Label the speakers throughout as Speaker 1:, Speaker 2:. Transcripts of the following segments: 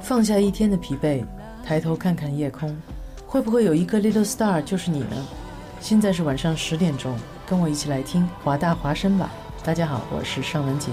Speaker 1: 放下一天的疲惫，抬头看看夜空，会不会有一个 little star 就是你呢？现在是晚上十点钟，跟我一起来听华大华声吧。大家好，我是尚雯婕。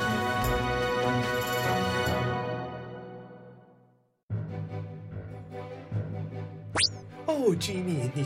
Speaker 2: 哦，Jimmy，你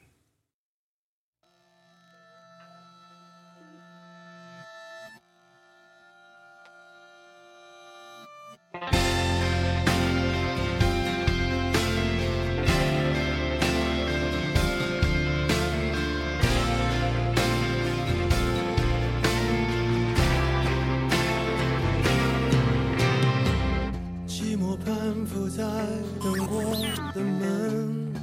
Speaker 3: 寂寞攀附在等我的门，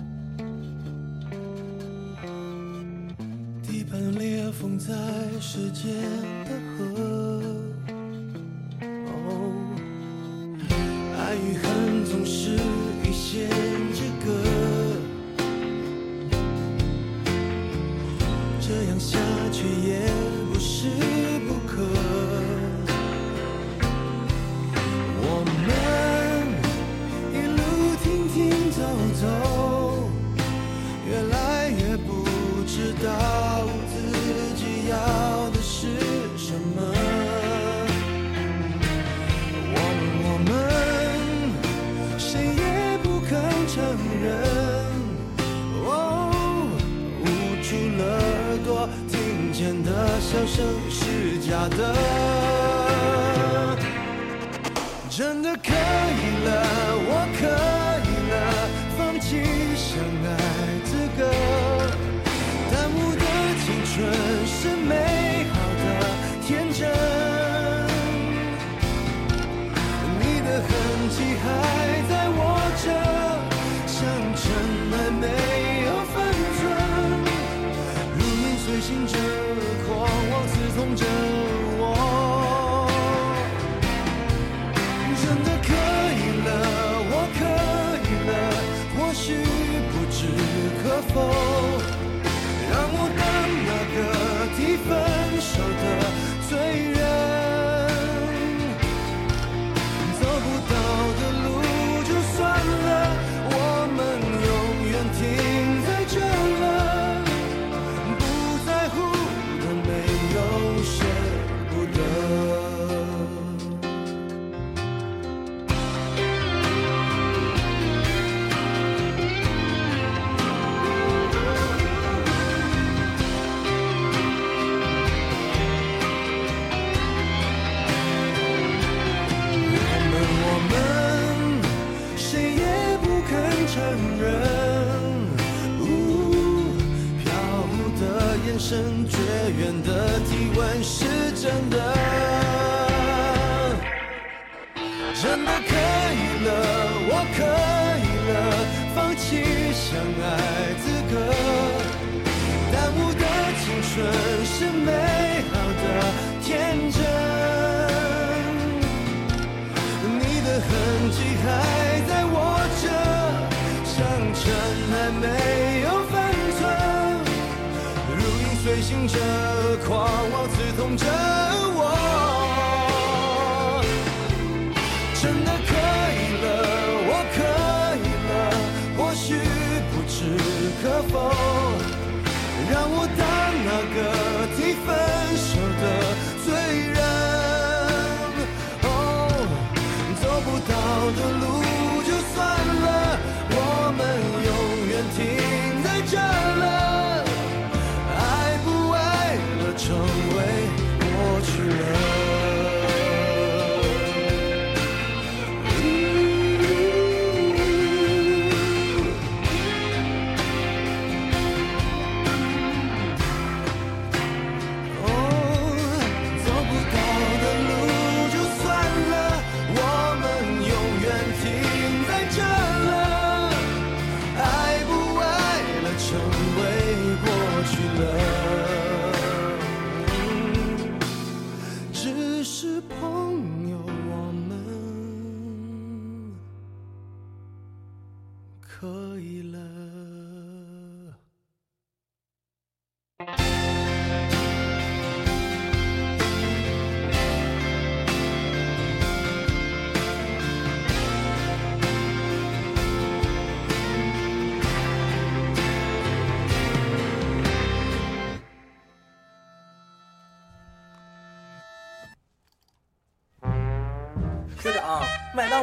Speaker 3: 地板裂缝在时间的河。哦，爱与恨总是一线之隔，这样下去也不是不可。我们一路停停走走，越来越不知道自己要的是什么。我我们谁也不肯承认，哦，捂住了耳朵，听见的笑声是假的。真的可以了，我可以了，放弃相爱资格。耽误的青春是美好的天真，你的痕迹还在我这，像尘埃没有分寸。如影随形着，狂妄刺痛着我。真的可以了，生绝缘的体温是真的，真的可以了，我可以了，放弃相爱资格。耽误的青春是美好的天真。你的痕迹还在我这，伤痕还没有分寸，如影随形着，狂妄刺痛着我。真的可以了，我可以了，或许不知可否，让我当那个提分手的罪人。哦，走不到的路就算了，我们永远停在这了，爱不爱了，成为过去了。哦，走不到的路就算了，我们永远停在这了。爱不爱了，成为过去了。只是朋友，我们可以了。
Speaker 4: 学长，啊麦当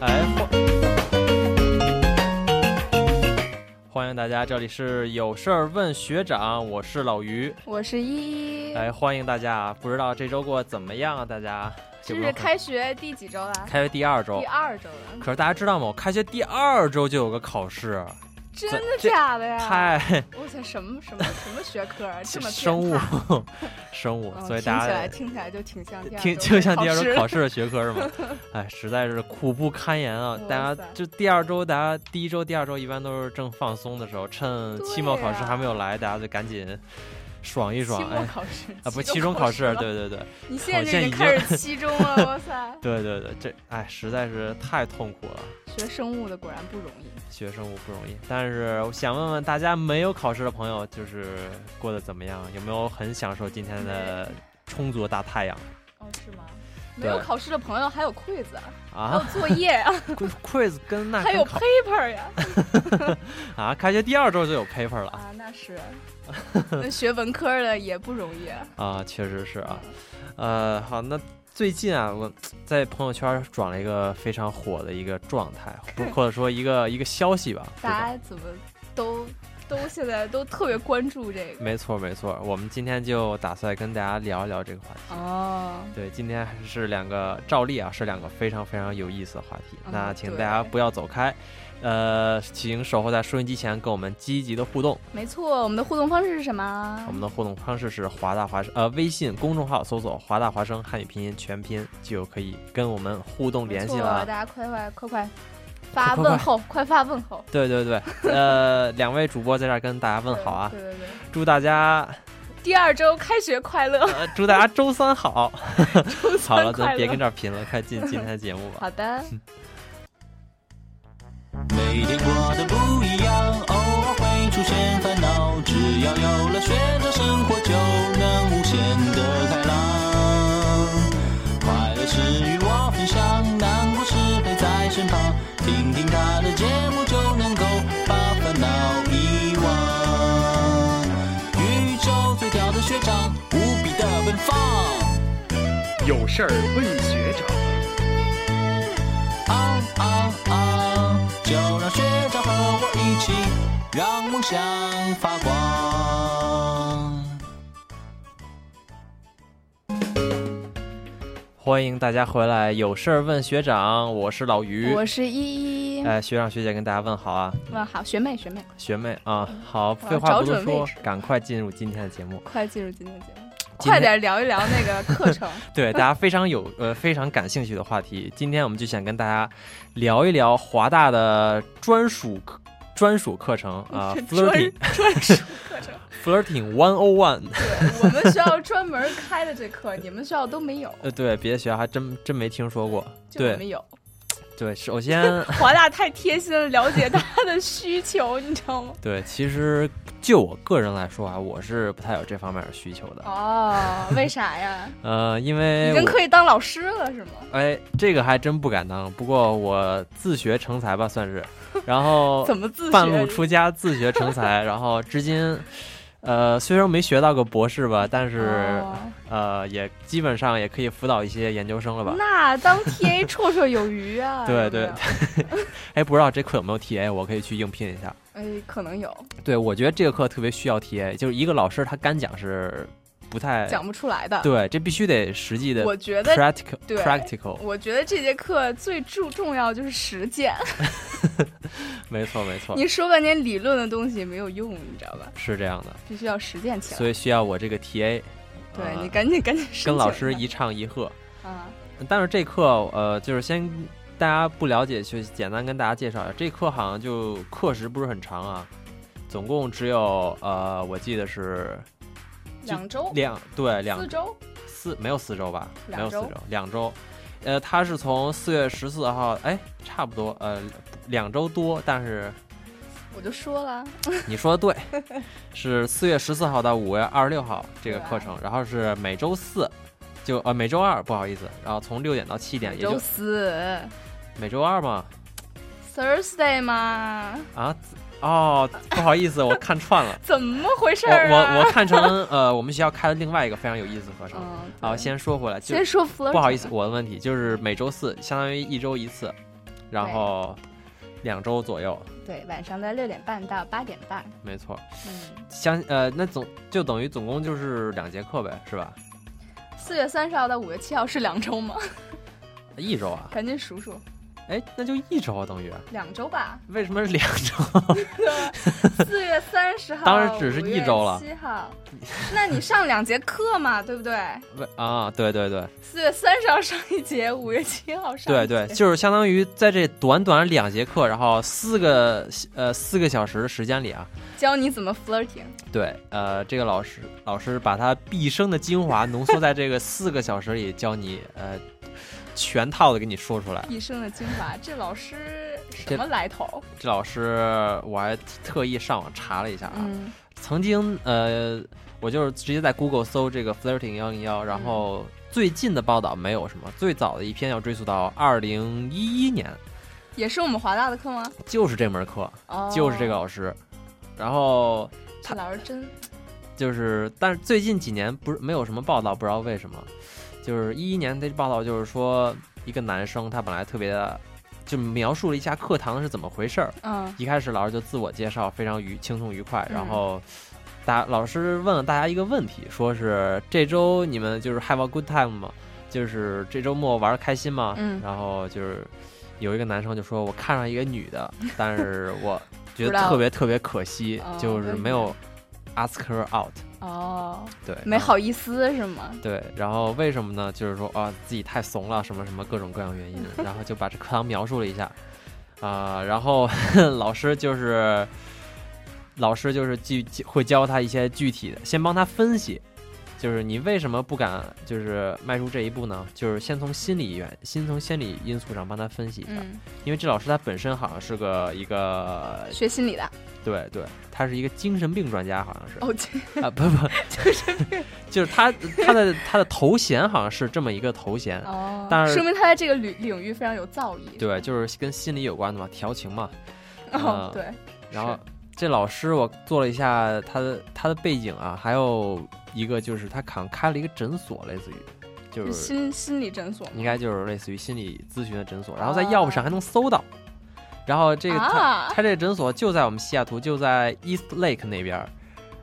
Speaker 5: 哎，欢欢迎大家，这里是有事儿问学长，我是老于。
Speaker 6: 我是依依。
Speaker 5: 哎，欢迎大家啊，不知道这周过得怎么样啊？大家
Speaker 6: 这
Speaker 5: 有没
Speaker 6: 是
Speaker 5: 有
Speaker 6: 开学第几周了？
Speaker 5: 开学第二周
Speaker 6: 第，二周了，
Speaker 5: 哦可是大家知道吗？我开学第二周就有个考试，
Speaker 6: 啊真
Speaker 5: 这
Speaker 6: 的
Speaker 5: 这
Speaker 6: 假的呀？
Speaker 5: 太
Speaker 6: 我操，什么什么什么学科 啊？这么变态
Speaker 5: 生物， 生物，
Speaker 6: 嗯
Speaker 5: 所以
Speaker 6: 听
Speaker 5: 大
Speaker 6: 起
Speaker 5: 家
Speaker 6: 来听起来就挺像第二
Speaker 5: 听
Speaker 6: 周
Speaker 5: 就像
Speaker 6: 考
Speaker 5: 第二周
Speaker 6: 试
Speaker 5: 考试的学科是吗？ 哎，实在是苦不堪言啊！
Speaker 6: 哇
Speaker 5: 大家
Speaker 6: 塞
Speaker 5: 就第二周，大家第一周、第二周一般都是正放松的时候，趁
Speaker 6: 对
Speaker 5: 期末考试
Speaker 6: 呀
Speaker 5: 还没有来，大家就赶紧爽一爽
Speaker 6: 期。末
Speaker 5: 哎，
Speaker 6: 考试
Speaker 5: 啊不，
Speaker 6: 期
Speaker 5: 期中考试，
Speaker 6: 了
Speaker 5: 对对对
Speaker 6: 你现
Speaker 5: 好
Speaker 6: 在
Speaker 5: 像
Speaker 6: 就已
Speaker 5: 已
Speaker 6: 经开
Speaker 5: 经！
Speaker 6: 始期中了，哇塞
Speaker 5: 对对对，这哎实在是太痛苦了，
Speaker 6: 学生物的果然不容易。
Speaker 5: 学生物不容易。但是我想问问大家，没有考试的朋友，就是过得怎么样？有没有很享受今天的充足的大太阳
Speaker 6: 哦，是吗？没有
Speaker 5: 对
Speaker 6: 考试的朋友还有 quiz，啊还有
Speaker 5: 啊
Speaker 6: 作 业啊，
Speaker 5: ？quiz 跟那
Speaker 6: 还有
Speaker 5: 跟考
Speaker 6: paper 呀。
Speaker 5: 啊，开学第二周就有 paper 了。
Speaker 6: 啊，那 是，那学文科的也不容易。
Speaker 5: 啊，确实是啊，呃，好，那最近啊，我在朋友圈转了一个非常火的一个状态，不或者说一个一个消息吧，不知
Speaker 6: 大
Speaker 5: 道
Speaker 6: 家怎么都都现在都特别关注这个。
Speaker 5: 没错没错，我们今天就打算跟大家聊一聊这个话题。
Speaker 6: 哦，
Speaker 5: 对，今天还是两个照例啊，是两个非常非常有意思的话题。
Speaker 6: 嗯
Speaker 5: 那请
Speaker 6: 对
Speaker 5: 大家不要走开，呃，请守候在收音机前跟我们积极的互动。
Speaker 6: 没错，我们的互动方式是什么
Speaker 5: 我？们的互动方式是华大华生呃微信公众号搜索“华大华生汉语拼音全拼”就可以跟我们互动
Speaker 6: 没
Speaker 5: 联系
Speaker 6: 错
Speaker 5: 了。
Speaker 6: 大家快快快快发
Speaker 5: 快快
Speaker 6: 问候，快发问候。
Speaker 5: 对对对，呃，两位主播在这儿跟大家问好啊，
Speaker 6: 对对对，
Speaker 5: 祝大家
Speaker 6: 第二周开学快乐，
Speaker 5: 呃祝大家周三好。
Speaker 6: 周三
Speaker 5: 好了，
Speaker 6: 快
Speaker 5: 咱
Speaker 6: 乐
Speaker 5: 别跟这儿贫了，快进今天的节目 吧。
Speaker 6: 好的，
Speaker 3: 每天过得不一样，偶尔会出现烦恼，只要有了学着生活，就能无限的开朗。快乐是与我分享，难过是陪在身旁，听听他的节目就能够把烦恼遗忘。宇宙最屌的学
Speaker 7: 事儿问学长。
Speaker 8: 啊啊啊！就让学长和我一起，让梦想发光。
Speaker 5: 欢迎大家回来，有事儿问学长，我是老于，
Speaker 6: 我是依依。
Speaker 5: 嗯哎，学长学姐跟大家问好啊，
Speaker 6: 问好，学妹学妹
Speaker 5: 学妹啊，好，
Speaker 6: 我要
Speaker 5: 废话
Speaker 6: 嗯找
Speaker 5: 不多
Speaker 6: 准位
Speaker 5: 说
Speaker 6: 置，
Speaker 5: 赶快进入今天的节目。
Speaker 6: 快进入今天的节目，
Speaker 5: 今天
Speaker 6: 快点聊一聊那个课程。
Speaker 5: 对大家非常有呃非常感兴趣的话题，今天我们就想跟大家聊一聊华大的专属课专属课程啊，flirting
Speaker 6: 专专属课程，
Speaker 5: flirting one o one。
Speaker 6: 我们学校专门开的这课，你们学校都没有，
Speaker 5: 呃，对，别的学校还真真没听说过。
Speaker 6: 就我们
Speaker 5: 对
Speaker 6: 有。
Speaker 5: 对，首先
Speaker 6: 华大太贴心了，了解大家的需求，你知道吗？
Speaker 5: 对，其实就我个人来说啊，我是不太有这方面的需求的。
Speaker 6: 哦，为啥呀？
Speaker 5: 呃，因
Speaker 6: 已
Speaker 5: 为
Speaker 6: 经
Speaker 5: 我
Speaker 6: 可以当老师了是吗？
Speaker 5: 哎，这个还真不敢当。不过我自学成才吧，算是。然 后
Speaker 6: 怎么自学
Speaker 5: 哦半路出家，自学成才。然后至今，呃，虽说没学到个博士吧，但是、
Speaker 6: 哦
Speaker 5: 呃，也基本上也可以辅导一些研究生了吧。
Speaker 6: 那当 TA 绰绰有余啊！
Speaker 5: 对
Speaker 6: 有没有
Speaker 5: 对， 哎，不知道这课有没有 TA，我可以去应聘一下。
Speaker 6: 哎，可能有
Speaker 5: 对，我觉得这个课特别需要 TA，就是一个老师他干讲是不太
Speaker 6: 讲不出来的。，
Speaker 5: 哎对，这必须得实际的。
Speaker 6: 我觉得
Speaker 5: practical
Speaker 6: 对
Speaker 5: practical，
Speaker 6: 我觉得这节课最注重要就是实践。
Speaker 5: 没错没错，
Speaker 6: 你说半天理论的东西没有用，你知道吧？
Speaker 5: 是这样的，
Speaker 6: 必须要实践起来。
Speaker 5: 所以需要我这个 TA。
Speaker 6: 对、
Speaker 5: 呃
Speaker 6: 你赶紧赶紧申请
Speaker 5: 跟老师一唱一和。
Speaker 6: 啊，
Speaker 5: 但是这课呃，就是先大家不了解，就简单跟大家介绍一下，这课好像就课时不是很长啊，总共只有呃，我记得是就
Speaker 6: 两周
Speaker 5: 两对两
Speaker 6: 四周
Speaker 5: 四没有四周吧，没
Speaker 6: 两
Speaker 5: 有四
Speaker 6: 周
Speaker 5: 周两周。呃，它是从四月十四号，哎，差不多，呃，两周多，但是
Speaker 6: 我就说了，
Speaker 5: 你说的对，是四月十四号到五月二十六号这个课程，然后是每周四，就呃每周二不好意思，然后从六点到七点，哎也
Speaker 6: 周
Speaker 5: 就
Speaker 6: 四
Speaker 5: 每周二嘛
Speaker 6: Thursday 嘛，。
Speaker 5: 啊哦，不好意思，我看串了
Speaker 6: 怎么回事
Speaker 5: 我
Speaker 6: 儿、啊
Speaker 5: 我我看成呃，我们学校开了另外一个非常有意思的课程。
Speaker 6: 嗯
Speaker 5: 好，先说回来，就
Speaker 6: 先说 flirting
Speaker 5: 不好意思，我的问题就是每周四，相当于一周一次，然后两周左右，
Speaker 6: 对，晚上在六点半到八点半，
Speaker 5: 没错。
Speaker 6: 嗯，
Speaker 5: 相呃，那总就等于总共就是两节课呗，是吧？
Speaker 6: 四月三十号到五月七号是两周吗？
Speaker 5: 一周 啊，
Speaker 6: 赶紧数数，
Speaker 5: 哎，那就一周啊，等于
Speaker 6: 两周吧。
Speaker 5: 为什么是两周？
Speaker 6: 四月三十号，
Speaker 5: 当然只是一周了
Speaker 6: 七号，那你上两节课嘛，对不对？
Speaker 5: 为啊，对对对
Speaker 6: 四月三十号上一节，五月七号上
Speaker 5: 对
Speaker 6: 一节。
Speaker 5: 对，就是相当于在这短短两节课，然后四个呃四个小时的时间里啊，
Speaker 6: 教你怎么 flirting。
Speaker 5: 对，呃，这个老师老师把他毕生的精华浓缩在这个四个小时里，教你呃全套的给你说出来。
Speaker 6: 毕生的精华，这老师
Speaker 5: 这
Speaker 6: 什么来头？
Speaker 5: 这老师我还特意上网查了一下啊，
Speaker 6: 嗯
Speaker 5: 曾经呃，我就是直接在 Google 搜这个 flirting 幺零幺，然
Speaker 6: 嗯
Speaker 5: 后最近的报道没有什么，最早的一篇要追溯到二零一一年，
Speaker 6: 也是我们华大的课吗？
Speaker 5: 就是这门课，
Speaker 6: 哦
Speaker 5: 就是这个老师，然后
Speaker 6: 这老师真
Speaker 5: 就是，但是最近几年不是没有什么报道，不知道为什么。就是一一年的报道，就是说一个男生他本来特别的，就描述了一下课堂是怎么回事儿。
Speaker 6: 嗯
Speaker 5: 一开始老师就自我介绍，非常愉轻松愉快，
Speaker 6: 嗯
Speaker 5: 然后大老师问了大家一个问题，说是这周你们就是 have a good time 吗？就是这周末玩儿开心吗？
Speaker 6: 嗯
Speaker 5: 然后就是有一个男生就说，我看上一个女 的，但是我觉
Speaker 6: 不知
Speaker 5: 得
Speaker 6: 道
Speaker 5: 特别特别可惜
Speaker 6: 哦，
Speaker 5: 就是
Speaker 6: 为什
Speaker 5: 没有 ask her out。
Speaker 6: 哦，
Speaker 5: 对
Speaker 6: 没好意思是吗？
Speaker 5: 对，然后为什么呢？就是说啊，自己太怂了，什么什么各种各样原因，然后就把这课堂描述了一下，啊、然后 老师就是老师就是具会教他一些具体的，先帮他分析，就是你为什么不敢就是迈出这一步呢？就是先从心理原，先从心理因素上帮他分析一下，
Speaker 6: 嗯
Speaker 5: 因为这老师他本身好像是个一个
Speaker 6: 学心理的
Speaker 5: 对对，他是一个精神病专家，好像是。
Speaker 6: 哦，这
Speaker 5: 啊，不 不， 就是他他的他的头衔好像是这么一个头衔，
Speaker 6: 哦，
Speaker 5: 但是
Speaker 6: 说明他在这个领领域非常有造诣。
Speaker 5: 对，就是跟心理有关的嘛，调情嘛。
Speaker 6: 哦
Speaker 5: 呃，
Speaker 6: 对，
Speaker 5: 然后这老师我做了一下他的他的背景啊，还有一个就是他好像开了一个诊所，类似于就是
Speaker 6: 心心理诊所吗，
Speaker 5: 应该就是类似于心理咨询的诊所，然
Speaker 6: 哦
Speaker 5: 后在药物上还能搜到。然后这个他
Speaker 6: 啊
Speaker 5: 他这个诊所就在我们西雅图，就在 East Lake 那边儿。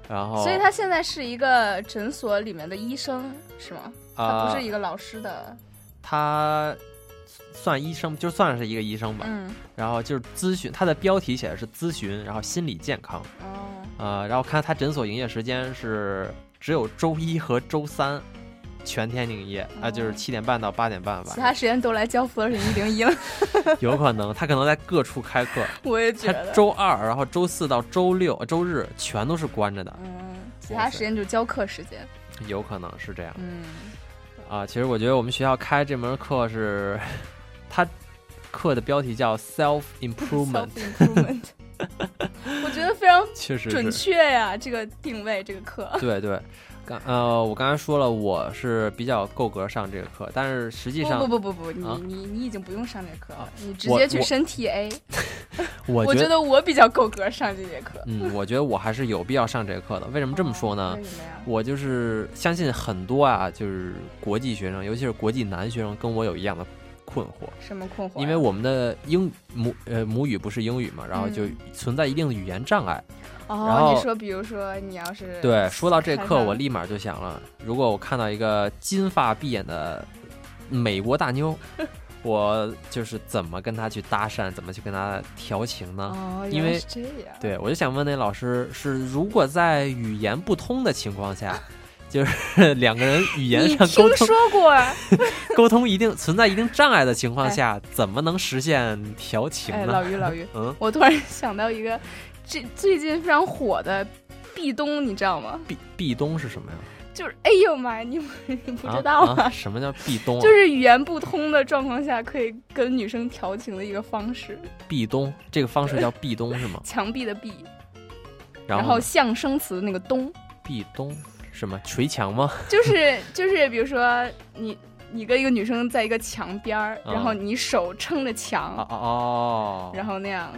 Speaker 5: 然后，
Speaker 6: 所以他现在是一个诊所里面的医生是吗？他
Speaker 5: 啊
Speaker 6: 不是一个老师的，
Speaker 5: 他算医生，就算是一个医生吧。
Speaker 6: 嗯
Speaker 5: 然后就是咨询，他的标题写的是咨询，然后心理健康。
Speaker 6: 哦，
Speaker 5: 呃，然后看他诊所营业时间是只有周一和周三全天营业啊、就是七点半到八点半吧
Speaker 6: 哦其。他时间都来交付二零一零一了。
Speaker 5: 有可能他可能在各处开课。
Speaker 6: 我也 觉
Speaker 5: 他
Speaker 6: 得
Speaker 5: 周二，然后周四到周六、呃周日全都是关着的，
Speaker 6: 嗯其他时间就是教课时间。
Speaker 5: 有可能是这样。
Speaker 6: 嗯，
Speaker 5: 啊，其实我觉得我们学校开这门课是， 它课的标题叫 self improvement，
Speaker 6: improvement，我觉得非常
Speaker 5: 确实是
Speaker 6: 准确呀、这个定位这个课。
Speaker 5: 对对。刚呃，我刚才说了，我是比较够格上这个课，但是实际上
Speaker 6: 不不不不不，你、
Speaker 5: 啊
Speaker 6: 你你已经不用上这课了，你直
Speaker 5: 我
Speaker 6: 接去
Speaker 5: 我
Speaker 6: 申 TA。
Speaker 5: 我
Speaker 6: 我
Speaker 5: 觉
Speaker 6: 觉得我比较够格上这节课。
Speaker 5: 嗯，我觉得我还是有必要上这个课的。为什么这么说呢
Speaker 6: 为什么呀？
Speaker 5: 我就是相信很多啊，就是国际学生，尤其是国际男学生，跟我有一样的困惑。
Speaker 6: 什么困惑呀？
Speaker 5: 因为我们的英语母呃母语不是英语嘛，然后就
Speaker 6: 嗯
Speaker 5: 存在一定的语言障碍。然
Speaker 6: 哦，
Speaker 5: 后
Speaker 6: 你说比如说你要是
Speaker 5: 对，说到这
Speaker 6: 看
Speaker 5: 课，
Speaker 6: 上
Speaker 5: 我立马就想了，如果我看到一个金发碧眼的美国 大妞，我就是怎么跟她去搭讪，怎么去跟她调情呢？
Speaker 6: 哦
Speaker 5: 啊因
Speaker 6: 原来
Speaker 5: 为
Speaker 6: 是这样
Speaker 5: 对我就想问那老师，是如果在语言不通的情 况下，就是 两个人语言
Speaker 6: 你
Speaker 5: 上沟
Speaker 6: 听
Speaker 5: 通
Speaker 6: 说 过
Speaker 5: 沟通一定存在一定障碍的情况下，怎么能实现调情呢？，
Speaker 6: 哎，老于老于
Speaker 5: 嗯，
Speaker 6: 我突然想到一个这最近非常火的壁咚，你知道吗？
Speaker 5: 壁壁咚是什么呀？
Speaker 6: 就是哎呦妈呀，你不你 不知道
Speaker 5: 啊
Speaker 6: 吗？
Speaker 5: 啊？什么叫壁咚、啊？
Speaker 6: 就是语言不通的状况下，可以跟女生调情的一个方式，？
Speaker 5: 壁咚，这个方式叫壁咚是吗
Speaker 6: 墙壁的壁，
Speaker 5: 然
Speaker 6: 然
Speaker 5: 后
Speaker 6: 后
Speaker 5: 呢
Speaker 6: 象声词的那个咚，
Speaker 5: 壁咚什么捶墙吗？
Speaker 6: 就是就是，比如说你你跟一个女生在一个墙边儿，
Speaker 5: 嗯
Speaker 6: 然后你手撑着墙，
Speaker 5: 哦哦，
Speaker 6: 啊然后那样。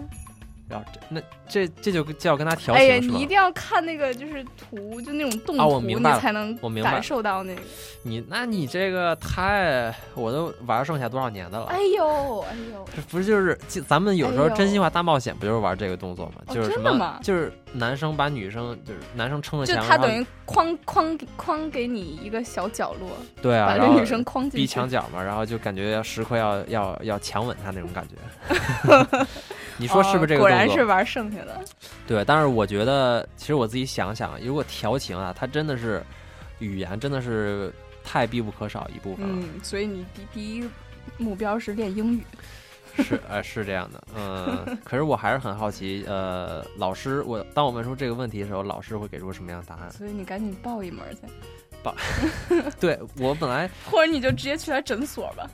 Speaker 5: 然后这那这这就叫跟他调
Speaker 6: 哎呀，
Speaker 5: 情是
Speaker 6: 你
Speaker 5: 吗
Speaker 6: 一？定要看那个就是图，就那种动
Speaker 5: 啊我
Speaker 6: 图，
Speaker 5: 明
Speaker 6: 你
Speaker 5: 白了
Speaker 6: 才能
Speaker 5: 我明白
Speaker 6: 感
Speaker 5: 了
Speaker 6: 受到那个。
Speaker 5: 你那你这个太我都玩剩下多少年的了？
Speaker 6: 哎呦哎呦，
Speaker 5: 这不是就是就咱们有时候
Speaker 6: 哎呦
Speaker 5: 真心话大冒险不就是玩这个动作吗？
Speaker 6: 哦
Speaker 5: 就是什
Speaker 6: 真的
Speaker 5: 么
Speaker 6: 吗
Speaker 5: 就是男生把女生就是男生撑着
Speaker 6: 就
Speaker 5: 墙，
Speaker 6: 他
Speaker 5: 然后
Speaker 6: 等于框框框给你一个小角落，
Speaker 5: 对啊，
Speaker 6: 把
Speaker 5: 然
Speaker 6: 这
Speaker 5: 后
Speaker 6: 女生框进
Speaker 5: 逼
Speaker 6: 去。
Speaker 5: 墙角嘛，然后就感觉要时刻要要要强吻她那种感觉。 你说是不是这个动作？
Speaker 6: 哦果然是玩剩下的。
Speaker 5: 对，但是我觉得，其实我自己想想，如果调情啊，它真的是语言，真的是太必不可少一部分了。
Speaker 6: 嗯，所以你第第一目标是练英语。嗯
Speaker 5: 是，呃，是这样的，嗯。 可是我还是很好奇，呃，老师，我当我问出这个问题的时候，老师会给出什么样的答案？
Speaker 6: 所以你赶紧报一门去，
Speaker 5: 报，对我本来，
Speaker 6: 或者你就直接去他诊所吧。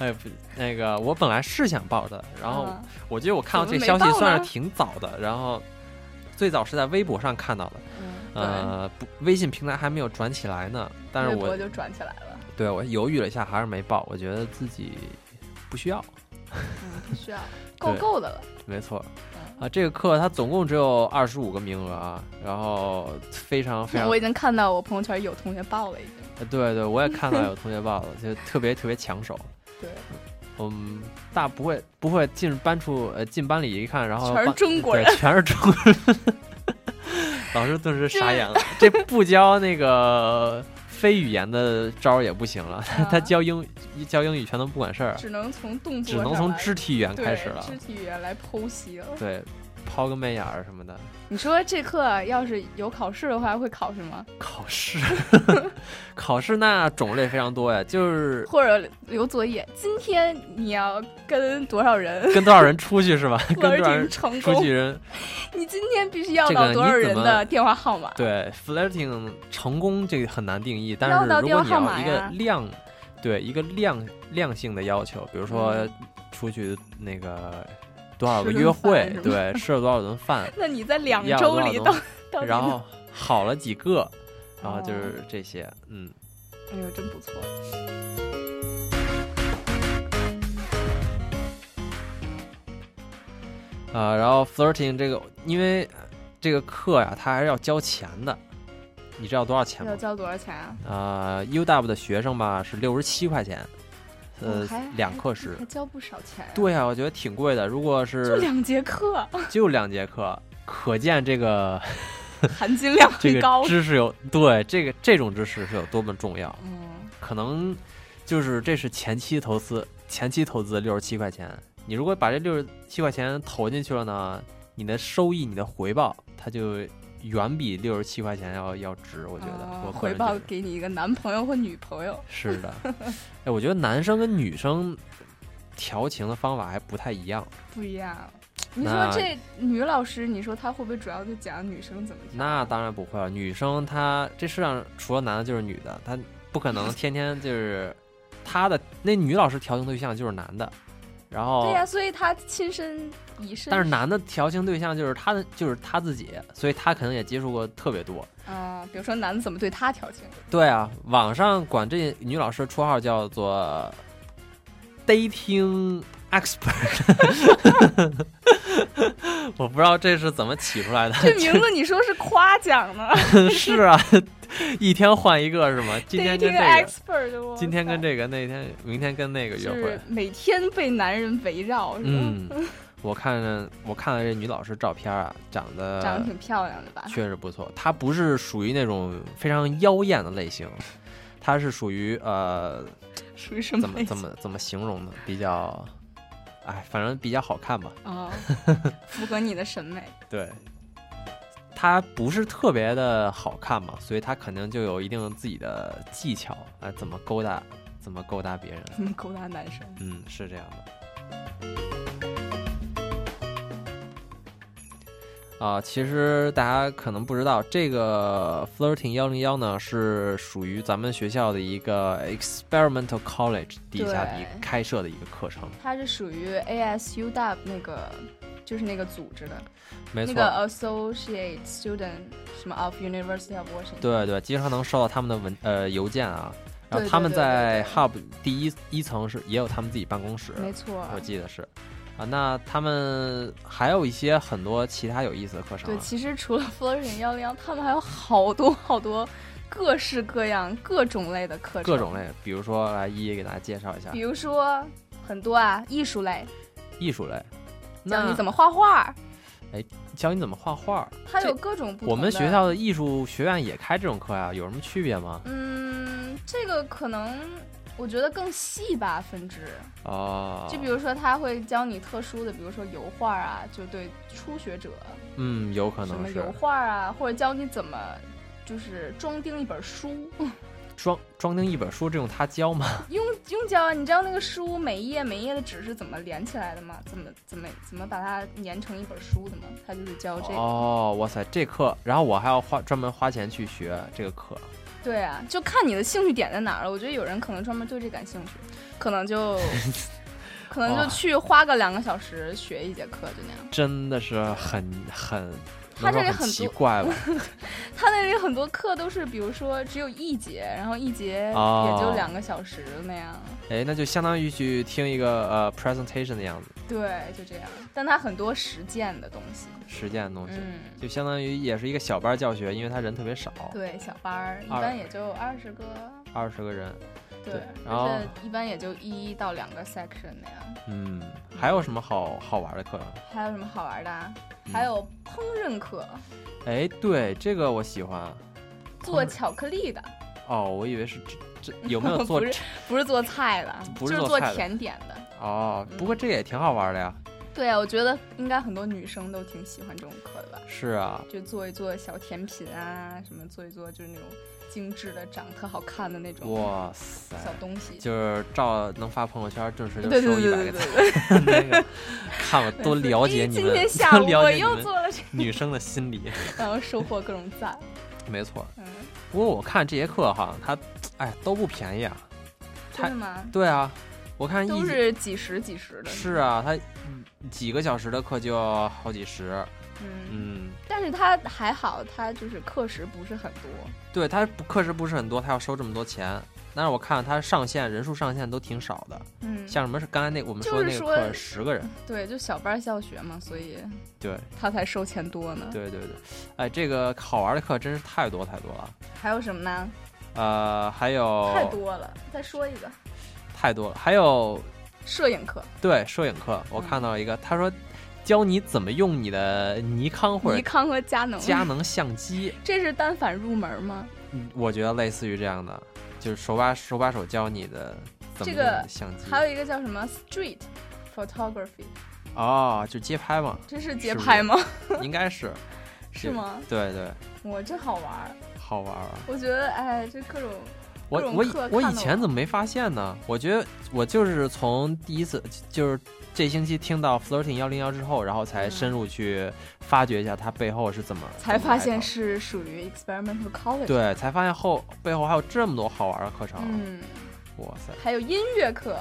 Speaker 5: 哎，不，那个我本来是想报的，然后
Speaker 6: 啊
Speaker 5: 我觉得我看到
Speaker 6: 怎
Speaker 5: 这
Speaker 6: 么没
Speaker 5: 个消息
Speaker 6: 报
Speaker 5: 算
Speaker 6: 呢
Speaker 5: 是挺早的，然后最早是在微博上看到的，
Speaker 6: 嗯对
Speaker 5: 呃，不，微信平台还没有转起来呢，但是
Speaker 6: 微
Speaker 5: 我
Speaker 6: 博就转起来了，
Speaker 5: 对我犹豫了一下，还是没报。我觉得自己不需要，
Speaker 6: 嗯，不需要，够
Speaker 5: 对
Speaker 6: 够的了。
Speaker 5: 没错。
Speaker 6: 嗯
Speaker 5: 啊，这个课它总共只有二十五个名额啊，然后非常非常
Speaker 6: 我已，经看到我朋友圈有同学报了，已经。
Speaker 5: 呃对对，我也看到有同学报了，就特别特别抢手。
Speaker 6: 对，
Speaker 5: 嗯，大不会不会进班处呃进班里一看，然后
Speaker 6: 全是
Speaker 5: 班
Speaker 6: 中国
Speaker 5: 对
Speaker 6: 人
Speaker 5: 全是中国人。 老师顿时傻眼了，这不教那个非语言的招儿也不行了， 他教英语教英语全都不管事儿啊，
Speaker 6: 只能从动作
Speaker 5: 只能
Speaker 6: 上
Speaker 5: 从
Speaker 6: 来
Speaker 5: 肢体语言
Speaker 6: 对
Speaker 5: 开始了
Speaker 6: 肢体语言来剖析了。
Speaker 5: 对，抛个媚眼儿什么的。
Speaker 6: 你说这课要是有考试的话，会考什么？
Speaker 5: 考试， 考试那种类非常多呀，就是
Speaker 6: 或者留作业。今天你要跟多少人？
Speaker 5: 跟多少人出去 是吧？跟
Speaker 6: 多少
Speaker 5: 多少人
Speaker 6: 人成
Speaker 5: 出
Speaker 6: 功
Speaker 5: 去人，
Speaker 6: 你今天必须要
Speaker 5: 这个
Speaker 6: 到多少
Speaker 5: 你怎
Speaker 6: 人
Speaker 5: 么
Speaker 6: 的电话号码？
Speaker 5: 对 flirting 成功这个很难定义，但
Speaker 6: 要
Speaker 5: 是
Speaker 6: 到
Speaker 5: 如
Speaker 6: 电
Speaker 5: 果
Speaker 6: 话
Speaker 5: 你
Speaker 6: 号
Speaker 5: 要
Speaker 6: 码
Speaker 5: 一个
Speaker 6: 呀
Speaker 5: 量，对一个量量性的要求，比如说
Speaker 6: 嗯
Speaker 5: 出去那个多少个
Speaker 6: 吃
Speaker 5: 约
Speaker 6: 顿饭
Speaker 5: 会
Speaker 6: 是，吗
Speaker 5: 对吃了多少顿饭
Speaker 6: ，那你在两
Speaker 5: 要
Speaker 6: 周
Speaker 5: 多少
Speaker 6: 里
Speaker 5: 东
Speaker 6: 到
Speaker 5: 西
Speaker 6: 到底
Speaker 5: 然后
Speaker 6: 能
Speaker 5: 好了几个，然后就
Speaker 6: 哦
Speaker 5: 是这些，嗯。
Speaker 6: 哎呦，真不错。
Speaker 5: 啊，然后 flirting 这个，因为这个课呀、它还是要交钱的。你知道多少钱吗
Speaker 6: 要？交多少钱啊？
Speaker 5: 呃，UW 的学生吧是六十七块钱，呃
Speaker 6: 哦还，
Speaker 5: 两课时
Speaker 6: 还。交不少钱、啊，
Speaker 5: 对啊，我觉得挺贵的。如果是
Speaker 6: 就两节 课，
Speaker 5: 就两节课，可见 这个
Speaker 6: 含金量
Speaker 5: 这
Speaker 6: 会
Speaker 5: 个
Speaker 6: 高。
Speaker 5: 知识有对这个这种知识是有多么重要。
Speaker 6: 嗯，
Speaker 5: 可能就是这是前期投资，前期投资六十七块钱，你如果把这六十七块钱投进去了呢，你的收益、你的回报，它就远比六十七块钱要要值。我觉得，
Speaker 6: 啊
Speaker 5: 我个
Speaker 6: 回
Speaker 5: 人觉
Speaker 6: 报
Speaker 5: 得
Speaker 6: 给你一个男朋友或女朋友，
Speaker 5: 是的。哎，我觉得男生跟女生调情的方法还不太一样。
Speaker 6: 不一样。你说
Speaker 5: 那
Speaker 6: 这女老师，你说她会不会主要就讲女生怎么调？
Speaker 5: 那当然不会了，啊女生她这世上除了男的就是女的，她不 可能天天就是她的那女老师调情对象就是男的，然后
Speaker 6: 对呀、所以她亲身以身，
Speaker 5: 但是男的调情对象就是他的就是他自己，所以他可能也接触过特别多。
Speaker 6: 啊，比如说男的怎么对她调 情，
Speaker 5: 对啊，网上管这女老师绰号叫做 dating expert，我不知道这是怎么起出来的。
Speaker 6: 这名字你说是夸奖呢？
Speaker 5: 是啊， 一天换一个是吗？今天跟这
Speaker 6: Dating
Speaker 5: 个，
Speaker 6: expert，我
Speaker 5: 今天跟这个，那天明天跟那个约
Speaker 6: 就是
Speaker 5: 会。
Speaker 6: 每天被男人围绕，是吧
Speaker 5: 嗯，我看了我看了这女老师照片啊，长得
Speaker 6: 长得挺漂亮的吧？
Speaker 5: 确实不错。她不是属于那种非常妖艳的类型，她是属于呃，
Speaker 6: 属于什么
Speaker 5: 怎么
Speaker 6: 类
Speaker 5: 怎
Speaker 6: 型
Speaker 5: 么怎么形容呢？比较，哎，反正比较好看吧。
Speaker 6: 哦，符合你的审美。
Speaker 5: 对，她不是特别的好看嘛，所以她肯定就有一定自己的技巧啊、哎怎么勾搭，怎么勾搭别人。
Speaker 6: 嗯勾搭男生，
Speaker 5: 嗯，是这样的。啊，其实大家可能不知道，这个 Flirting 幺零幺呢是属于咱们学校的一个 Experimental College 底下的一个
Speaker 6: 对
Speaker 5: 开设的一个课程，
Speaker 6: 它是属于 ASU w 那个，就是那个组织的，那
Speaker 5: 没错。
Speaker 6: 个 Associate Student 什么 of University of Washington。
Speaker 5: 对对，经常能收到他们的文呃邮件啊，
Speaker 6: 对
Speaker 5: 然后
Speaker 6: 对
Speaker 5: 他们
Speaker 6: 对
Speaker 5: 在 Hub 第一一层是也有他们自己办公室，
Speaker 6: 没错
Speaker 5: 我记得是啊。那他们还有一些很多其他有意思的课程、啊，
Speaker 6: 对，其实除了 Flirting 幺零幺，他们还有好多好多各式各样、各种类的课程，
Speaker 5: 各种类，比如说来一一给大家介绍一下
Speaker 6: 比如说很多啊，艺术类，
Speaker 5: 艺术类，
Speaker 6: 教
Speaker 5: 那
Speaker 6: 你怎么画画，
Speaker 5: 哎，教你怎么画画。
Speaker 6: 它有
Speaker 5: 这
Speaker 6: 各种不同的。
Speaker 5: 我们学校的艺术学院也开这种课呀、有什么区别吗？
Speaker 6: 嗯，这个可能我觉得更细吧，分支。
Speaker 5: 哦，
Speaker 6: 就比如说，他会教你特殊的，比如说油画啊，就对初学者，
Speaker 5: 嗯，有可
Speaker 6: 什
Speaker 5: 能
Speaker 6: 么
Speaker 5: 是
Speaker 6: 油画啊，或者教你怎么就是装订一本书，
Speaker 5: 装装订一本书，这种他教吗？
Speaker 6: 用用教啊。你知道那个书每一页每一页的纸是怎么连起来的吗？怎么怎么怎么把它粘成一本书的吗？他就是教这个。
Speaker 5: 哦，哇塞，这课，然后我还要花专门花钱去学这个课。
Speaker 6: 对啊，就看你的兴趣点在哪儿了。我觉得有人可能专门对这感兴趣，可能 就可能就
Speaker 5: 哦
Speaker 6: 去花个两个小时学一节课，就那样。
Speaker 5: 真的是很很，
Speaker 6: 他这
Speaker 5: 能说
Speaker 6: 里
Speaker 5: 很
Speaker 6: 很
Speaker 5: 奇
Speaker 6: 多
Speaker 5: 怪 吧？
Speaker 6: 他那里很多课都是，比如说只有一节，然后一节
Speaker 5: 哦
Speaker 6: 也就两个小时那样。
Speaker 5: 哎，那就相当于去听一个呃 presentation 的样子，
Speaker 6: 对，就这样。但它很多实践的东西，
Speaker 5: 实践的东西，
Speaker 6: 嗯，
Speaker 5: 就相当于也是一个小班教学，因为他人特别少，
Speaker 6: 对，小班儿一
Speaker 5: 二
Speaker 6: 般也就二十个，
Speaker 5: 二十个人。
Speaker 6: 对
Speaker 5: 对，然后
Speaker 6: 而且一般也就一到两个 section 那样。
Speaker 5: 嗯，还有什么好好玩的课程？
Speaker 6: 还有什么好玩的
Speaker 5: 嗯
Speaker 6: 啊？还有烹饪课，
Speaker 5: 哎，对，这个我喜欢。
Speaker 6: 做巧克力的，
Speaker 5: 哦，我以为是这这有 没有做
Speaker 6: 不是不是做菜的，
Speaker 5: 不是
Speaker 6: 就是
Speaker 5: 做
Speaker 6: 做
Speaker 5: 菜的
Speaker 6: 甜点的。
Speaker 5: 哦，不过这也挺好玩的呀。
Speaker 6: 对啊，我觉得应该很多女生都挺喜欢这种课的吧。
Speaker 5: 是啊，
Speaker 6: 就做一做小甜品啊，什么做一做就是那种精致的、长得特好看的那种
Speaker 5: 哇塞，
Speaker 6: 小东西。
Speaker 5: 就是照能发朋友圈，顿时就
Speaker 6: 对对
Speaker 5: 收一
Speaker 6: 对
Speaker 5: 百
Speaker 6: 对
Speaker 5: 个赞。
Speaker 6: 对
Speaker 5: 那个，看我多了解你
Speaker 6: 哎今
Speaker 5: 们，
Speaker 6: 天下
Speaker 5: 多
Speaker 6: 午
Speaker 5: 了
Speaker 6: 我
Speaker 5: 解你
Speaker 6: 又
Speaker 5: 们
Speaker 6: 做了这个
Speaker 5: 女生的心理。
Speaker 6: 然后收获各种赞。
Speaker 5: 没错，
Speaker 6: 嗯，
Speaker 5: 不过我看这些课好像它，哎，都不便宜啊。
Speaker 6: 真的吗？
Speaker 5: 对啊，我看一
Speaker 6: 都是几十几十的。
Speaker 5: 是啊，它几个小时的课就要好几十，嗯，
Speaker 6: 但是他还好，他就是课时不是很多。
Speaker 5: 对他不课时不是很多，他要收这么多钱。但是我看他上限人数上限都挺少的，
Speaker 6: 嗯
Speaker 5: 像什么是刚才那我们
Speaker 6: 就
Speaker 5: 说
Speaker 6: 是
Speaker 5: 的那个
Speaker 6: 说
Speaker 5: 课十个人，
Speaker 6: 对，就小班教学嘛，所以
Speaker 5: 对
Speaker 6: 他才收钱多呢。，
Speaker 5: 对对对，哎，这个好玩的课真是太多太多了，
Speaker 6: 还有什么呢？
Speaker 5: 呃，还有
Speaker 6: 太多了，再说一个
Speaker 5: 太多了，还有
Speaker 6: 摄影课，
Speaker 5: 对摄影课，我看
Speaker 6: 嗯
Speaker 5: 到一个，他说教你怎么用你的尼康或
Speaker 6: 尼
Speaker 5: 者
Speaker 6: 康和佳能，
Speaker 5: 佳能相机，
Speaker 6: 这是单反入门吗？
Speaker 5: 我觉得类似于这样的，就是手把手把手教你的怎
Speaker 6: 这
Speaker 5: 么用你
Speaker 6: 个
Speaker 5: 的相机，
Speaker 6: 还有一个叫什么 Street Photography，
Speaker 5: 哦，就街拍嘛，
Speaker 6: 这是街拍吗
Speaker 5: 是不是应该是，
Speaker 6: 是吗
Speaker 5: 对对，
Speaker 6: 我这好玩儿，
Speaker 5: 好玩儿。啊
Speaker 6: 我觉得哎，这各种
Speaker 5: 我
Speaker 6: 各种
Speaker 5: 我以
Speaker 6: 课
Speaker 5: 我
Speaker 6: 看
Speaker 5: 以
Speaker 6: 得
Speaker 5: 前怎么没发现呢？我觉得我就是从第一次就是这星期听到 flirting 幺零幺之后，然后才深入去发掘一下它背后是怎么
Speaker 6: 才
Speaker 5: 怎么
Speaker 6: 发
Speaker 5: 来的
Speaker 6: 现是属于 experimental college，
Speaker 5: 对，才发现后背后还有这么多好玩的课程。啊
Speaker 6: 嗯，
Speaker 5: 哇塞，
Speaker 6: 还有音乐课，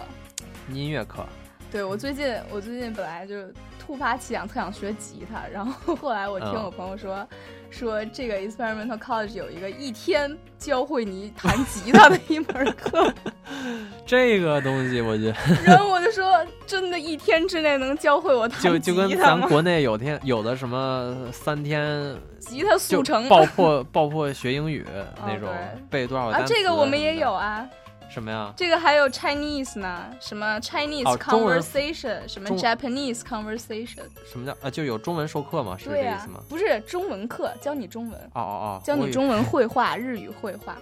Speaker 5: 音乐课
Speaker 6: 对我最近，我最近本来就突发奇想，特想学吉他，然后后来我听
Speaker 5: 嗯
Speaker 6: 我朋友说，说这个 experimental college 有一个一天教会你弹吉他的一门课，
Speaker 5: 这个东西，我 觉得
Speaker 6: 然后我就说，真的，一天之内能教会我弹吉他
Speaker 5: 就
Speaker 6: 吗？
Speaker 5: 就跟咱国内有天有的什么三天
Speaker 6: 吉他速
Speaker 5: 就
Speaker 6: 成 哦
Speaker 5: 爆破爆破学英语那种
Speaker 6: 对
Speaker 5: 背多少单
Speaker 6: 啊，
Speaker 5: 词
Speaker 6: 这个我们也有啊，
Speaker 5: 什么呀？
Speaker 6: 这个还有 Chinese 呢，什么 Chinese
Speaker 5: 哦中文
Speaker 6: conversation，、什么
Speaker 5: 中
Speaker 6: Japanese conversation，
Speaker 5: 什么叫啊？就有中文授课吗？是这
Speaker 6: 对
Speaker 5: 意
Speaker 6: 呀、
Speaker 5: 思吗？
Speaker 6: 不是中文课，教你中文，
Speaker 5: 哦哦哦，
Speaker 6: 教
Speaker 5: 我
Speaker 6: 你
Speaker 5: 以
Speaker 6: 中嗯文绘画、日语绘画。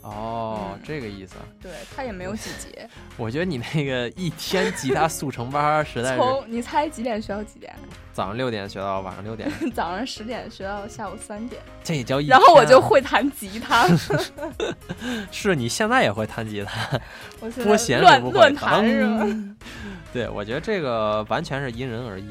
Speaker 5: 哦，这个意思。
Speaker 6: 对，它也没
Speaker 5: 嗯
Speaker 6: 有几节。
Speaker 5: 我觉得你那个一天吉他速成班儿实在是
Speaker 6: 从你猜几点学到几点？
Speaker 5: 早上六点学到晚上六点，
Speaker 6: 早上十点学到下午三点，
Speaker 5: 这也叫一天啊。
Speaker 6: 然后我就会弹吉 他，
Speaker 5: 是你现在也会弹吉他
Speaker 6: 我，现在
Speaker 5: 拨弦
Speaker 6: 乱
Speaker 5: 是不会
Speaker 6: 乱弹是吗？
Speaker 5: 对，我觉得这个完全是因人而异。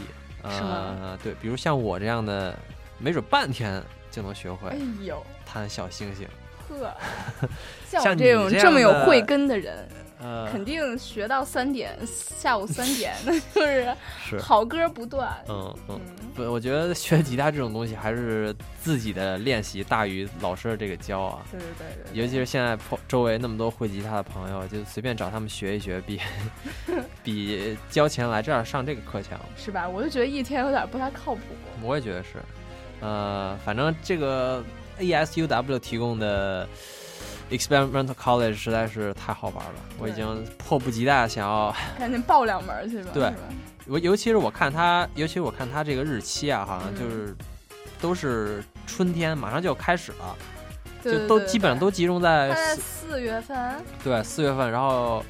Speaker 6: 是
Speaker 5: 呃，对，比如像我这样的，没准半天就能学会
Speaker 6: 哎呦，
Speaker 5: 弹小星星。
Speaker 6: 呵，
Speaker 5: 像
Speaker 6: 我
Speaker 5: 你
Speaker 6: 这种
Speaker 5: 这
Speaker 6: 这么
Speaker 5: 样
Speaker 6: 有
Speaker 5: 的
Speaker 6: 慧根的人，
Speaker 5: 呃，
Speaker 6: 肯定学到三点，下午三点， 那就是
Speaker 5: 是
Speaker 6: 好歌不断。
Speaker 5: 嗯嗯，不，我觉得学吉他这种东西还是自己的练习大于老师的这个教啊。
Speaker 6: 对对对对，
Speaker 5: 尤其是现在朋周围那么多会吉他的朋友，就随便找他们学一学，比 比交钱来这儿上这个课强。
Speaker 6: 是吧？我就觉得一天有点不太靠谱。
Speaker 5: 我也觉得是，呃，反正这个 ASUW 提供的 Experimental College 实在是太好玩了，我已经迫不及待想要。
Speaker 6: 赶紧报两门儿去吧。
Speaker 5: 对
Speaker 6: 是吧，
Speaker 5: 我尤其是我看它，尤其我看它这个日期啊，好像
Speaker 6: 嗯
Speaker 5: 就是都是春天，马上就要开始了，
Speaker 6: 对对
Speaker 5: 就都
Speaker 6: 对
Speaker 5: 基本上都集中在
Speaker 6: 他在
Speaker 5: 四
Speaker 6: 四月份，
Speaker 5: 对四月份，然后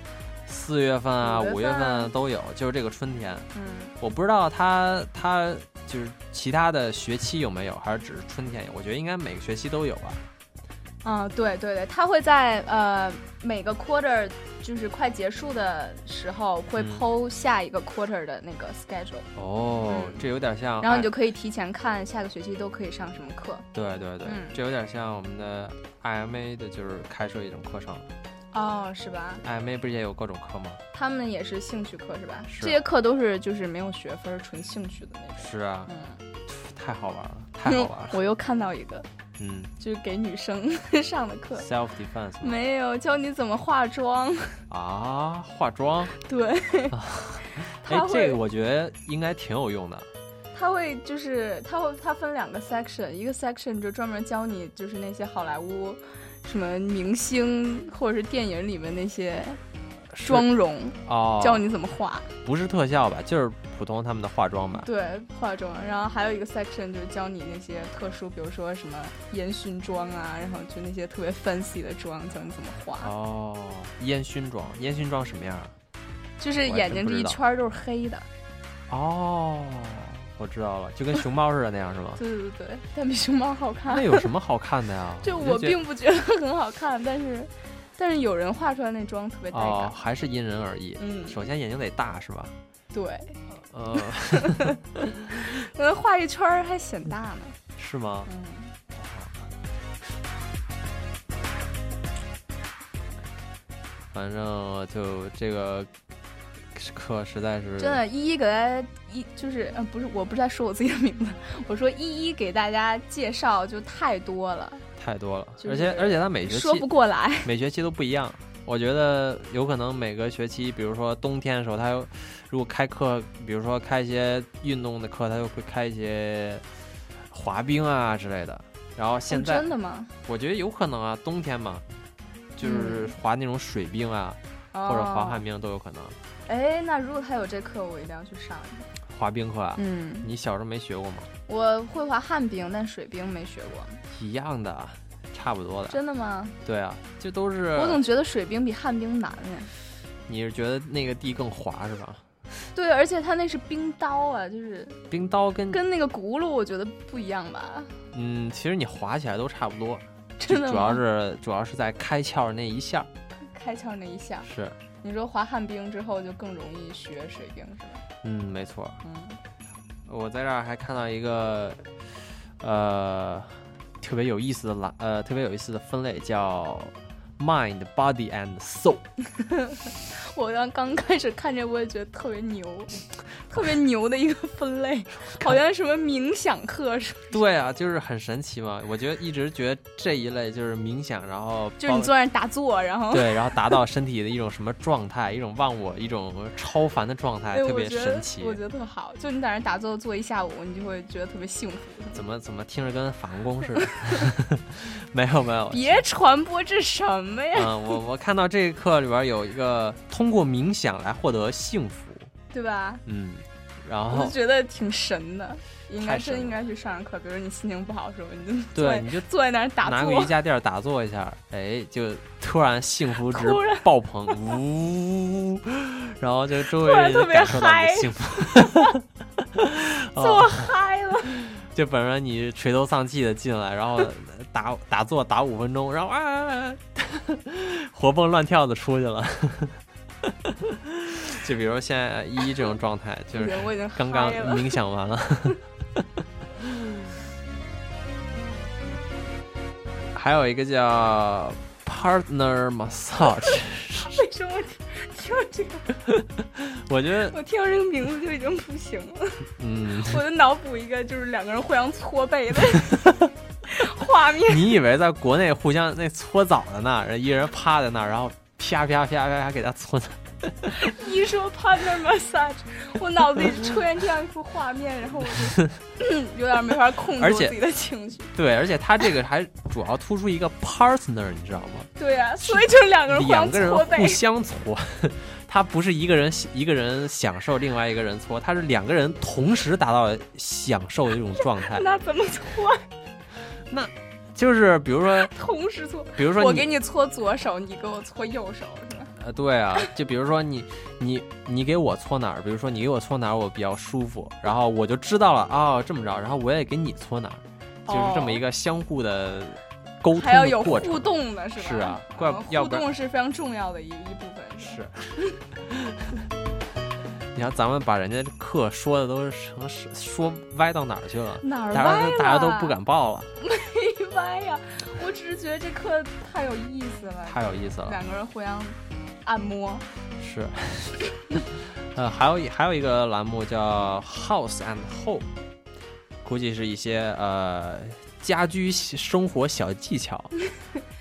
Speaker 5: 四月份啊、
Speaker 6: 五
Speaker 5: 五
Speaker 6: 月
Speaker 5: 月
Speaker 6: 份
Speaker 5: 份
Speaker 6: 啊
Speaker 5: 啊都有，就是这个春天。
Speaker 6: 嗯，
Speaker 5: 我不知道它它就是其他的学期有没有，还是只是春天有？我觉得应该每个学期都有吧。
Speaker 6: 啊，对对对，他会在呃每个 quarter 就是快结束的时候会
Speaker 5: 嗯
Speaker 6: PO 下一个 quarter 的那个 schedule，、
Speaker 5: 哦，这有点像，
Speaker 6: 然后你就
Speaker 5: 哎
Speaker 6: 可以提前看下个学期都可以上什么课。
Speaker 5: 对对对，
Speaker 6: 嗯
Speaker 5: 这有点像我们的 IMA 的，就是开设一种课程。
Speaker 6: 哦，是吧？
Speaker 5: IMA 不是也有各种课吗？
Speaker 6: 他们也是兴趣课是吧？
Speaker 5: 是
Speaker 6: 这些课都是就是没有学分，纯兴趣的那种。
Speaker 5: 是啊，太好玩了， 太好玩
Speaker 6: 嗯，
Speaker 5: 了。
Speaker 6: 我又看到一个，
Speaker 5: 嗯
Speaker 6: 就是给女生 上的课，
Speaker 5: ，self defense 吗
Speaker 6: 没有教你怎么化妆。
Speaker 5: 啊，化妆，
Speaker 6: 对，
Speaker 5: 哎
Speaker 6: 他，会
Speaker 5: 这个我觉得应该挺有用的。
Speaker 6: 他会就是他会他分两个 section，一个 section 就专门教你就是那些好莱坞什么明星或者是电影里面那些妆容，
Speaker 5: 哦，
Speaker 6: 教你怎么化，
Speaker 5: 不是特效吧，就是普通他们的化妆吧。
Speaker 6: 对化妆。然后还有一个 section 就是教你那些特殊，比如说什么烟熏妆啊，然后就那些特别 fancy 的妆，教你怎么化，
Speaker 5: 哦，烟熏妆，烟熏妆什么样啊？
Speaker 6: 就是
Speaker 5: 我还
Speaker 6: 眼睛
Speaker 5: 真不
Speaker 6: 这
Speaker 5: 知
Speaker 6: 一
Speaker 5: 道
Speaker 6: 圈儿都是黑的。
Speaker 5: 哦，我知道了，就跟熊猫似的那样是吗
Speaker 6: ？对对对，但比熊猫好看。
Speaker 5: 那有什么好看的呀？
Speaker 6: 就我
Speaker 5: 我就觉得
Speaker 6: 并不觉得很好看，但是但是有人画出来那妆特别带感。
Speaker 5: 哦，还是因人而异。
Speaker 6: 嗯
Speaker 5: 首先眼睛得大是吧？
Speaker 6: 对，
Speaker 5: 呃，
Speaker 6: 可能呃画一圈儿还显大呢。
Speaker 5: 是吗？反正就这个课实在是
Speaker 6: 真的，一一给大家一就是呃，不是，我不是在说我自己的名字， 我说一一给大家介绍就太多了，
Speaker 5: 太多了，
Speaker 6: 就是
Speaker 5: 而且而且它每学期
Speaker 6: 说不过来，
Speaker 5: 每学期都不一样。我觉得有可能每个学期，比如说冬天的时候，它有如果开课，比如说开一些运动的课，它就会开一些滑冰啊之类的。然后现在
Speaker 6: 哦 真的吗？
Speaker 5: 我觉得有可能啊，冬天嘛，就是滑那种水冰啊，
Speaker 6: 嗯哦
Speaker 5: 或者滑旱冰都有可能。
Speaker 6: 哎，那如果他有这课，我一定要去上一下。
Speaker 5: 滑冰课啊，
Speaker 6: 嗯
Speaker 5: 你小时候没学过吗？
Speaker 6: 我会滑旱冰，但水冰没学过。
Speaker 5: 一样的，啊，差不多的。
Speaker 6: 真的吗？
Speaker 5: 对啊，这都是。
Speaker 6: 我总觉得水冰比旱冰难哎。
Speaker 5: 你是觉得那个地更滑是吧？
Speaker 6: 对，而且它那是冰刀啊，就是
Speaker 5: 冰刀跟
Speaker 6: 跟那个轱辘，我觉得不一样吧？
Speaker 5: 嗯，其实你滑起来都差不多，
Speaker 6: 真的
Speaker 5: 主要
Speaker 6: 吗？
Speaker 5: 是主要是在开窍那一下儿
Speaker 6: 开窍那一下，
Speaker 5: 是，
Speaker 6: 你说滑旱冰之后就更容易学水冰是吧？
Speaker 5: 嗯，没错。
Speaker 6: 嗯，
Speaker 5: 我在这儿还看到一个，呃，特别有意思的栏，呃，特别有意思的分类叫 mind, body and soul。
Speaker 6: 我刚刚开始看这，我也觉得特别牛，特别牛的一个分 类，好像什么冥想课是吧？
Speaker 5: 对啊，就是很神奇嘛。我觉得一直觉得这一类就是冥想，然后
Speaker 6: 就是
Speaker 5: 包
Speaker 6: 你坐那儿打坐，然后
Speaker 5: 哦对，然后达到身体的一种什么状态，一种忘我，一种超凡的状态，
Speaker 6: 哎，
Speaker 5: 特
Speaker 6: 我
Speaker 5: 别
Speaker 6: 觉
Speaker 5: 神
Speaker 6: 得
Speaker 5: 奇。
Speaker 6: 我觉得特好。就你在那儿打坐坐一下午，你就会觉得特别幸福。
Speaker 5: 怎么怎么听着跟法轮功似的？ 没有没有，
Speaker 6: 别传播这什么 呀？
Speaker 5: 嗯，我我看到这个课里边有一个通过冥想来获得幸福，
Speaker 6: 对吧？
Speaker 5: 嗯，然
Speaker 6: 我
Speaker 5: 后
Speaker 6: 就觉得挺神的，应该
Speaker 5: 太神
Speaker 6: 真应该去上上课。比如说你心情不好的时候，你就坐在
Speaker 5: 对你就
Speaker 6: 坐在那儿打
Speaker 5: 拿个
Speaker 6: 坐
Speaker 5: 瑜，伽垫儿打坐一下，哎，就突然幸福值
Speaker 6: 突然
Speaker 5: 爆棚，呜，然后就周围
Speaker 6: 突然
Speaker 5: 人就
Speaker 6: 特别
Speaker 5: 感受到你
Speaker 6: 嗨
Speaker 5: 的幸福，哦
Speaker 6: 坐嗨了。
Speaker 5: 就本着你垂头丧气的进来，然后打打坐打五分钟，然后啊，活蹦乱跳的出去了。 就比如现在依依这种状态，就是
Speaker 6: 人我已经
Speaker 5: 刚刚嗯
Speaker 6: 嗨了
Speaker 5: 冥想完了。 还有一个叫 partner massage，
Speaker 6: 为什么我听到这个？
Speaker 5: 我觉得
Speaker 6: 我听到这个名字就已经不行了。
Speaker 5: 嗯，
Speaker 6: 我就脑补一个就是两个人互相搓背 的画面。
Speaker 5: 你以为在国内互相那搓澡的呢，人一人趴在那儿，然后啪啪啪啪啪给他搓的。
Speaker 6: 一说 partner massage，我脑子里出现这样一幅画面，然后我就 有点没法控制
Speaker 5: 而
Speaker 6: 我
Speaker 5: 且
Speaker 6: 自己的情绪。
Speaker 5: 对，而且他这个还主要突出一个 partner，你 知道吗？
Speaker 6: 对呀、所以就是两个人互
Speaker 5: 两
Speaker 6: 相
Speaker 5: 个人
Speaker 6: 搓背。
Speaker 5: 互。相搓， 他不是一个人一个人享受另外一个人搓，他是两个人同时达到享受的一种状态
Speaker 6: 那怎么搓？
Speaker 5: 那就是比如说，
Speaker 6: 同时搓。
Speaker 5: 比如说
Speaker 6: 我
Speaker 5: 你
Speaker 6: 给你搓左手，你给我搓右手，是吧？
Speaker 5: 呃，对啊，就比如说你你你给我搓哪儿，比如说你给我搓哪儿，我比较舒服，然后我就知道了哦，这么着，然后我也给你搓哪儿，就是这么一个相互的沟通
Speaker 6: 哦还要有
Speaker 5: 的过程。
Speaker 6: 互动的是吧？
Speaker 5: 是啊怪不
Speaker 6: 嗯
Speaker 5: 要
Speaker 6: 互
Speaker 5: 不然
Speaker 6: 动是非常重要的一一部分。
Speaker 5: 是。你看，咱们把人家这课说的都是成是说歪到哪儿去了？
Speaker 6: 哪儿
Speaker 5: 大家
Speaker 6: 歪
Speaker 5: 都大家都
Speaker 6: 了
Speaker 5: 不敢报了，
Speaker 6: 没 歪呀，我只是觉得这课太有意思了，
Speaker 5: 太有意思了
Speaker 6: 两个人互相按摩，
Speaker 5: 是。 呃，还有一还有一个栏目叫 House and Home，估计是一些呃家居生活小技巧，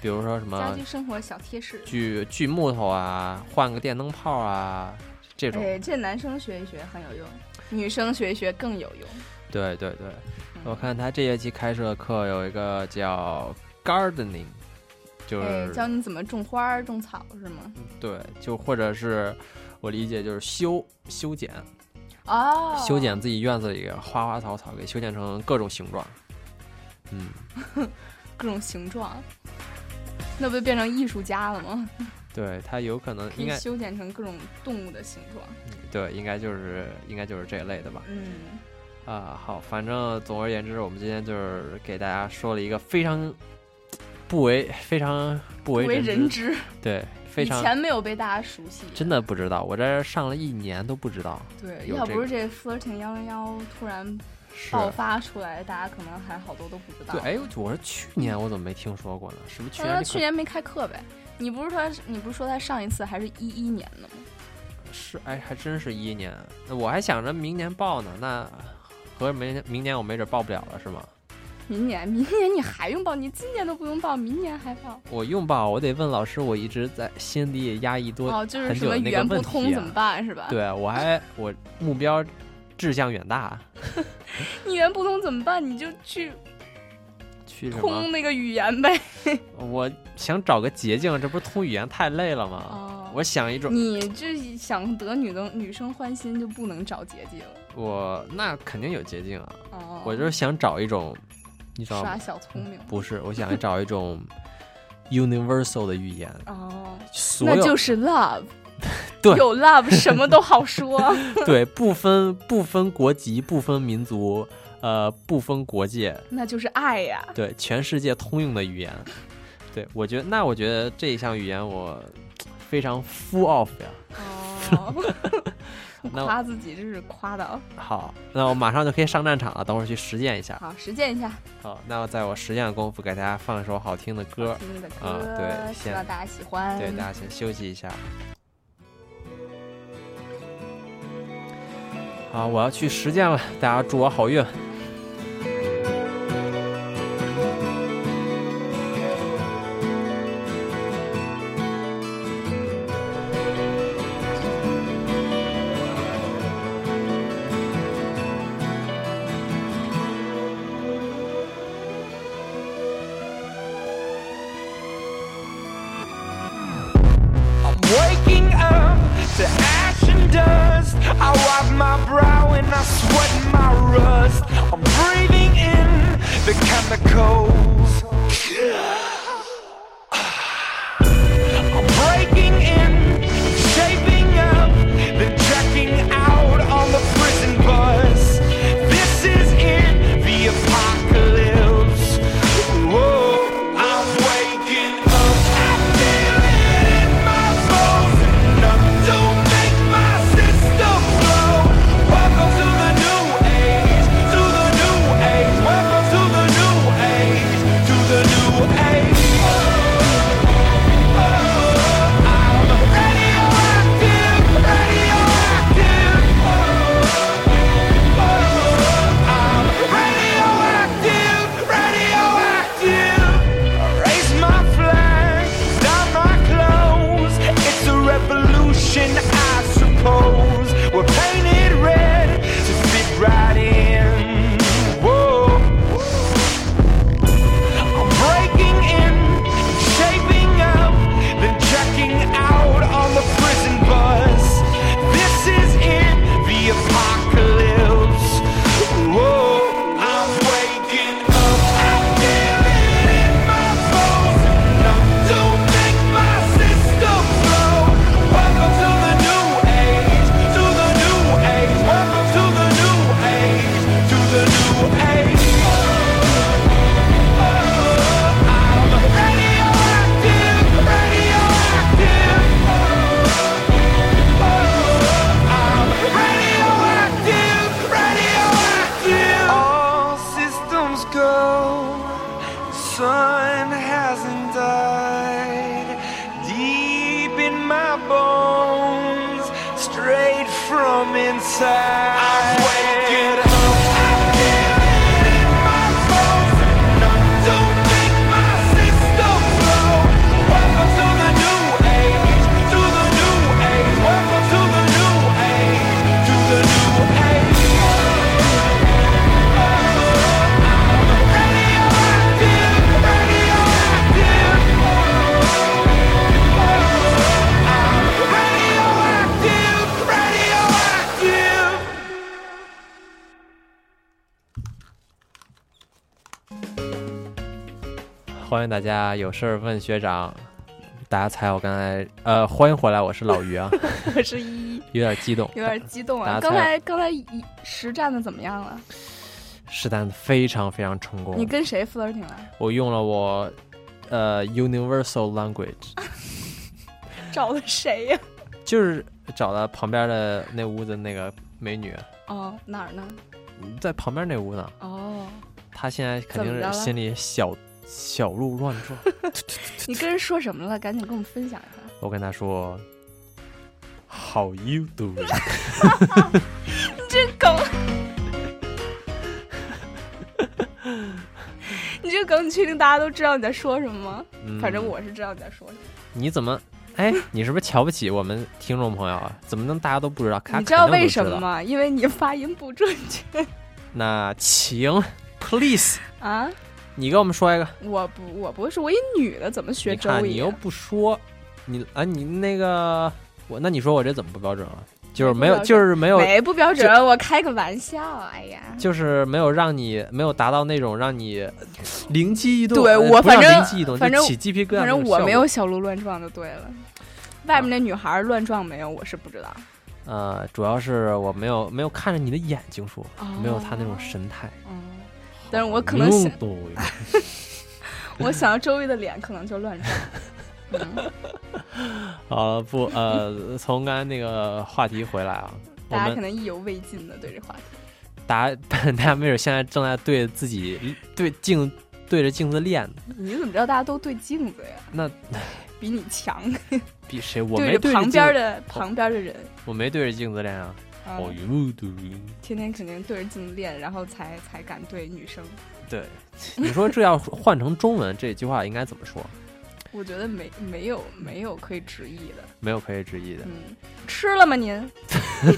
Speaker 5: 比如说什
Speaker 6: 家
Speaker 5: 么
Speaker 6: 居生活小贴士。
Speaker 5: 锯锯木头啊，换个电灯泡啊这种。
Speaker 6: 哎，这男生学一学很有用，女生学一学更有用。
Speaker 5: 对对对，
Speaker 6: 嗯
Speaker 5: 我看他这学期开设的课有一个叫 gardening，就
Speaker 6: 哎，
Speaker 5: 是嗯
Speaker 6: 教你怎么种花儿、种草是吗？
Speaker 5: 对，就或者是我理解就是修修剪，
Speaker 6: 哦，
Speaker 5: 修剪自己院子里的花花草草，给修剪成各种形状。嗯，
Speaker 6: 各种形状，那不就变成艺术家了吗？
Speaker 5: 对，它有可能
Speaker 6: 可
Speaker 5: 应
Speaker 6: 以
Speaker 5: 该嗯
Speaker 6: 修剪成各种动物的形状。
Speaker 5: 对，应该就是应该就是这一类的吧。
Speaker 6: 嗯，
Speaker 5: 啊，好，反正总而言之，我们今天就是给大家说了一个非常不为非常不为
Speaker 6: 不为人知
Speaker 5: 对，非
Speaker 6: 以
Speaker 5: 常
Speaker 6: 前没有被大家熟悉。
Speaker 5: 真的不知道，我在这儿上了一年都不知道。
Speaker 6: 对，
Speaker 5: 有
Speaker 6: 要
Speaker 5: 这
Speaker 6: 不
Speaker 5: 个
Speaker 6: 是这 flirting 幺零幺突然爆发出来，大家可能还好多都不知道。
Speaker 5: 对，哎，我说去年我怎么没听说过呢？是不是去
Speaker 6: 那
Speaker 5: 年
Speaker 6: 他
Speaker 5: 这课？
Speaker 6: 去年没开课呗？你不是说他，你不是说他上一次还是一一年的吗？
Speaker 5: 是，哎，还真是一一年。我还想着明年报呢，那合着明明年我没准报不了了，是吗？
Speaker 6: 明年，明年你还用报？你今年都不用报，明年还报？
Speaker 5: 我用报，我得问老师，我一直在心里压抑多
Speaker 6: 哦，就是
Speaker 5: 很
Speaker 6: 什
Speaker 5: 久
Speaker 6: 么
Speaker 5: 的
Speaker 6: 语
Speaker 5: 那个
Speaker 6: 言不
Speaker 5: 问
Speaker 6: 通
Speaker 5: 题、
Speaker 6: 怎么
Speaker 5: 啊。
Speaker 6: 办是吧？，
Speaker 5: 对，我还我目标志向远大，
Speaker 6: 语言不通怎么办？你就去
Speaker 5: 去什
Speaker 6: 通
Speaker 5: 么？
Speaker 6: 那个语言呗。
Speaker 5: 我想找个捷径，这不是通语言太累了吗？我想一种，
Speaker 6: 哦你这想得女的女生欢心就不能找捷径
Speaker 5: 我那肯定有捷径啊。
Speaker 6: 哦。
Speaker 5: 我就是想找一种，你知道吗
Speaker 6: 耍？小聪明
Speaker 5: 不是，我想找一种 universal 的语言，
Speaker 6: 哦，
Speaker 5: 所
Speaker 6: 那
Speaker 5: 有
Speaker 6: 就是 love，
Speaker 5: 嗯 对
Speaker 6: 有 love 什么都好说。
Speaker 5: 对，不分不分国籍，不分民族，呃，不分国界，
Speaker 6: 那就是爱呀。
Speaker 5: 对，全世界通用的语言。对，我觉得那我觉得这一项语言我非常 full of 呀。
Speaker 6: 哦
Speaker 5: 那
Speaker 6: 夸自己这是夸的哦。
Speaker 5: 好，那我马上就可以上战场了，等会儿去实践一下。
Speaker 6: 好，实践一下。
Speaker 5: 好，那我在我实践的功夫给大家放一首好听的歌，
Speaker 6: 好听的歌
Speaker 5: 啊、对，
Speaker 6: 希
Speaker 5: 先
Speaker 6: 望大家喜欢
Speaker 5: 对，大家先休息一下。好，我要去实践了，大家祝我好运。
Speaker 7: I'm waking up to ash and dust. I wipe my brow and I sweat my rust. I'm breathing in the chemicals. I'm breaking in, shaping up, then checking out on the prison bus. This is it, the apocalypse. Whoa, I'm waking up. I feel it in my bones, enough to make my system blow. Welcome to the new age, to the new age. Welcome to the new age, to the new age. Radioactive, radioactive. I raise my flag, down my clothes. It's a revolution, I suppose. We're painted red to fit right in. Whoa. I'm breaking in, shaping up, then checking out on the prison bus. This is it, the apocalypse. Whoa. I'm waking up. I feel it in my bones, enough to make my system blow. Welcome to the new age, to the new age. Welcome to the new age, to the new age. All systems go. Sun hasn't died. Deep in my bones, straight from inside. I'm waking up. I feel it in my bones, enough to make my system blow. Welcome to the new age, to the new age. Welcome to the new age, to the new age.
Speaker 5: 欢迎大家有事儿问学长。大家猜我刚才呃，欢迎回来，我是老于啊，
Speaker 6: 我是依依，
Speaker 5: 有点激动，
Speaker 6: 有点激动啊！
Speaker 5: 大家
Speaker 6: 刚
Speaker 5: 猜
Speaker 6: 才刚才一实战的怎么样了？
Speaker 5: 试探非常非常成功。
Speaker 6: 你跟谁 flirting 了？
Speaker 5: 我用了我呃 universal language，
Speaker 6: 找的谁呀、
Speaker 5: 就是找了旁边的那屋子那个美女，
Speaker 6: 哦，哪儿呢？
Speaker 5: 在旁边那屋呢，
Speaker 6: 哦，
Speaker 5: 她现在肯
Speaker 6: 怎
Speaker 5: 定
Speaker 6: 么着了
Speaker 5: 是心里小小鹿乱 撞。
Speaker 6: 你跟人说什么了？赶紧跟我们分享一下。
Speaker 5: 我跟她说 How you doing？
Speaker 6: 你这 梗， 你这梗，你确定大家都知道你在说什么吗？
Speaker 5: 嗯
Speaker 6: 反正我是知道你在说什么。
Speaker 5: 你怎么？哎，你是不是瞧不起我们听众朋友啊？怎么能大家都不知道？他
Speaker 6: 你知道
Speaker 5: 肯定
Speaker 6: 为
Speaker 5: 都
Speaker 6: 什
Speaker 5: 知
Speaker 6: 么
Speaker 5: 道？
Speaker 6: 吗？因为你发音不准确
Speaker 5: 那请，please，
Speaker 6: 啊！
Speaker 5: 你给我们说一个。
Speaker 6: 我不，我不是，我一女的怎么学
Speaker 5: 你
Speaker 6: 周
Speaker 5: 看
Speaker 6: 易
Speaker 5: 你又
Speaker 6: 啊？
Speaker 5: 不说，你啊，你那个我，那你说我这怎么不标准啊？就是
Speaker 6: 不
Speaker 5: 没有，
Speaker 6: 标
Speaker 5: 就
Speaker 6: 准
Speaker 5: 是没有，
Speaker 6: 没不标
Speaker 5: 就
Speaker 6: 准，我开个玩笑。哎呀，
Speaker 5: 就是没有让你没有达到那种让你灵机一动。
Speaker 6: 对
Speaker 5: 呃
Speaker 6: 我
Speaker 5: 不让
Speaker 6: 反正
Speaker 5: 灵机一动，
Speaker 6: 反正
Speaker 5: 就起鸡皮疙瘩
Speaker 6: 反
Speaker 5: 那种效
Speaker 6: 正
Speaker 5: 果。
Speaker 6: 我没有小鹿乱撞就对了。外面那女孩乱撞没有，我是不知道。
Speaker 5: 呃，主要是我没有没有看着你的眼睛说，
Speaker 6: 哦
Speaker 5: 没有他那种神态。
Speaker 6: 但是我可能想，
Speaker 5: 对，
Speaker 6: 我想到周易的脸，可能就乱 撞。嗯，
Speaker 5: 好了，不呃， 从刚才那个话题回来啊，我
Speaker 6: 大家可
Speaker 5: 们
Speaker 6: 能意犹未尽的对这话题。
Speaker 5: 大家 大家没准现在正在对自己对镜对着镜子练呢，
Speaker 6: 你怎么知道大家都对镜子呀？
Speaker 5: 那
Speaker 6: 比你强，
Speaker 5: 比谁？ 我没
Speaker 6: 着
Speaker 5: 对着
Speaker 6: 旁
Speaker 5: 镜
Speaker 6: 边
Speaker 5: 子
Speaker 6: 的旁边的人，
Speaker 5: 我没对着镜子练啊。
Speaker 6: 啊
Speaker 5: 哦呦，对
Speaker 6: 天天肯定对着镜子练，然后才才敢对女生。
Speaker 5: 对， 你说这要换成中文，这句话应该怎么说？
Speaker 6: 我觉得没没有没有可以直译的。
Speaker 5: 没有可以直译的。
Speaker 6: 嗯，吃了吗您？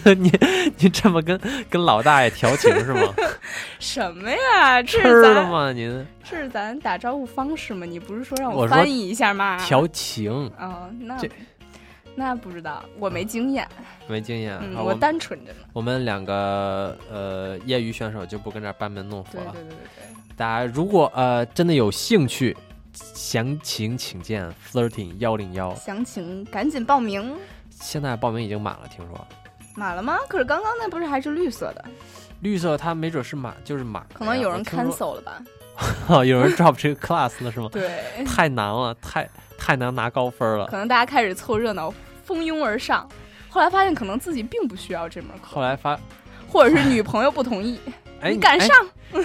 Speaker 5: 你你这么跟跟老大爷调情是吗？
Speaker 6: 什么呀？这
Speaker 5: 吃
Speaker 6: 是咱
Speaker 5: 了吗？您
Speaker 6: 这是咱打招呼方式吗？你不是说让
Speaker 5: 我说
Speaker 6: 翻译一下吗？
Speaker 5: 调情
Speaker 6: 哦，那
Speaker 5: 这
Speaker 6: 那不知道，我没经验，
Speaker 5: 没经验，
Speaker 6: 嗯，
Speaker 5: 啊
Speaker 6: 我
Speaker 5: 们
Speaker 6: 单纯着呢。
Speaker 5: 我们两个呃业余选手就不跟这儿班门弄斧
Speaker 6: 对
Speaker 5: 了
Speaker 6: 对。对对
Speaker 5: 大家如果呃真的有兴趣，详情请见 flirting 幺零幺
Speaker 6: 对，。详情赶紧报名，
Speaker 5: 现在报名已经满了，听说
Speaker 6: 满了吗？可是刚刚那不是还是绿色的，
Speaker 5: 绿色它没准是满，就是满哎的呀。
Speaker 6: 可能有人
Speaker 5: 我听说
Speaker 6: cancel 了吧？
Speaker 5: 有人 drop 这个 class 了是吗？
Speaker 6: 对
Speaker 5: 太难了，太太难拿高分
Speaker 6: 可
Speaker 5: 了。
Speaker 6: 能大家开始凑热闹，蜂拥而上，后来发现可能自己并不需要这门课，
Speaker 5: 后来发，
Speaker 6: 或者是女朋友不同意，
Speaker 5: 哎，
Speaker 6: 你敢
Speaker 5: 哎
Speaker 6: 上？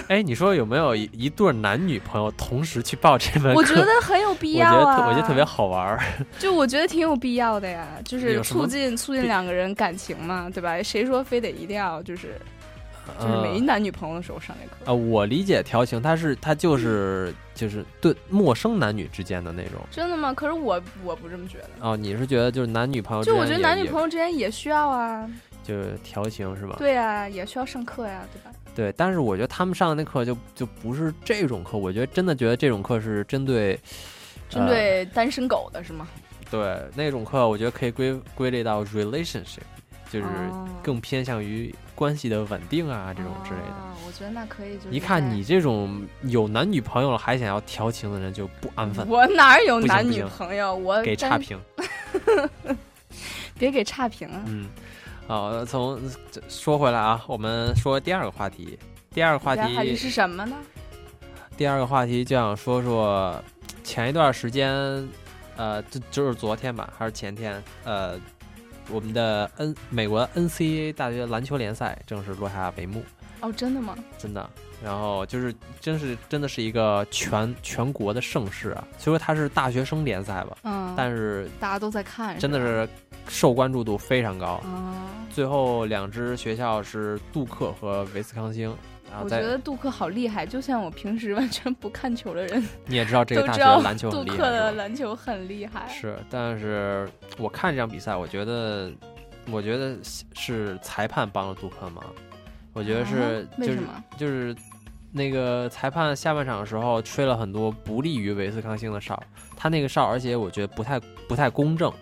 Speaker 5: 哎，你说有没有一一对男女朋友同时去报这门课？
Speaker 6: 我觉得很有必要
Speaker 5: 我觉得特
Speaker 6: 啊，
Speaker 5: 我觉得特别好玩儿。
Speaker 6: 就我觉得挺有必要的呀，就是
Speaker 5: 有什么
Speaker 6: 促进促进
Speaker 5: 必
Speaker 6: 两个人感情嘛，对吧？谁说非得一定要就是 就是没
Speaker 5: 嗯
Speaker 6: 男女朋友的时候上这课？
Speaker 5: 呃，我理解调情，它是它就是就是对陌生男女之间的那种。
Speaker 6: 真的吗？可是我我不这么觉得，
Speaker 5: 哦，你是觉得就是男女朋友之
Speaker 6: 就
Speaker 5: 间
Speaker 6: 我觉得男女朋
Speaker 5: 友
Speaker 6: 友之间也需要啊，
Speaker 5: 就是调情是吧？
Speaker 6: 对啊，也需要上课呀，对吧？
Speaker 5: 对但是我觉得他们上的那课就就不是这种课，我觉得真的觉得这种课是针对嗯
Speaker 6: 针、对单身狗的是吗？
Speaker 5: 呃对那种课，我觉得可以归归类到 relationship，就是
Speaker 6: 哦
Speaker 5: 更偏向于关系的稳定啊这种之类的。
Speaker 6: 啊，我觉得那可以，就是
Speaker 5: 一看
Speaker 6: 在
Speaker 5: 你这种有男女朋友了还想要调情的人就不安分。
Speaker 6: 我哪儿有
Speaker 5: 不行
Speaker 6: 男
Speaker 5: 不
Speaker 6: 女
Speaker 5: 行
Speaker 6: 朋友？我
Speaker 5: 给
Speaker 6: 单
Speaker 5: 差，评。
Speaker 6: 别给差评啊！
Speaker 5: 嗯，好、从这说回来啊，我们说第二个话题。第二个话
Speaker 6: 你家话题是
Speaker 5: 题，
Speaker 6: 什么呢？
Speaker 5: 第二个话题就想说说前一段时间，呃，就就是昨天吧，还是前天，呃，我们的 N 美国 NCAA 大学篮球联赛正式落下帷幕。
Speaker 6: 哦，真的吗？
Speaker 5: 真的。然后就是，真是真的是一个全全国的盛世啊！虽说它是大学生联赛吧，
Speaker 6: 嗯
Speaker 5: 但是
Speaker 6: 大家都在看，
Speaker 5: 真的
Speaker 6: 吧
Speaker 5: 是受关注度非常高。
Speaker 6: 哦
Speaker 5: 最后两支学校是杜克和维斯康星，然后
Speaker 6: 我觉
Speaker 5: 啊在
Speaker 6: 得杜克好厉害，就像我平时完全不看球的人，
Speaker 5: 你也知道这个
Speaker 6: 都
Speaker 5: 大
Speaker 6: 知
Speaker 5: 学
Speaker 6: 道
Speaker 5: 篮球很
Speaker 6: 杜
Speaker 5: 厉
Speaker 6: 克
Speaker 5: 害
Speaker 6: 的
Speaker 5: 是吧，
Speaker 6: 篮球很厉害。啊
Speaker 5: 是，但是我看这场比赛，我觉得，我觉得是裁判帮了杜克忙，我觉得是
Speaker 6: 啊为
Speaker 5: 就是
Speaker 6: 什么
Speaker 5: 就是那个裁判下半场的时候吹了很多不利于维斯康星的哨，他那个哨，而且我觉得不太不太公正，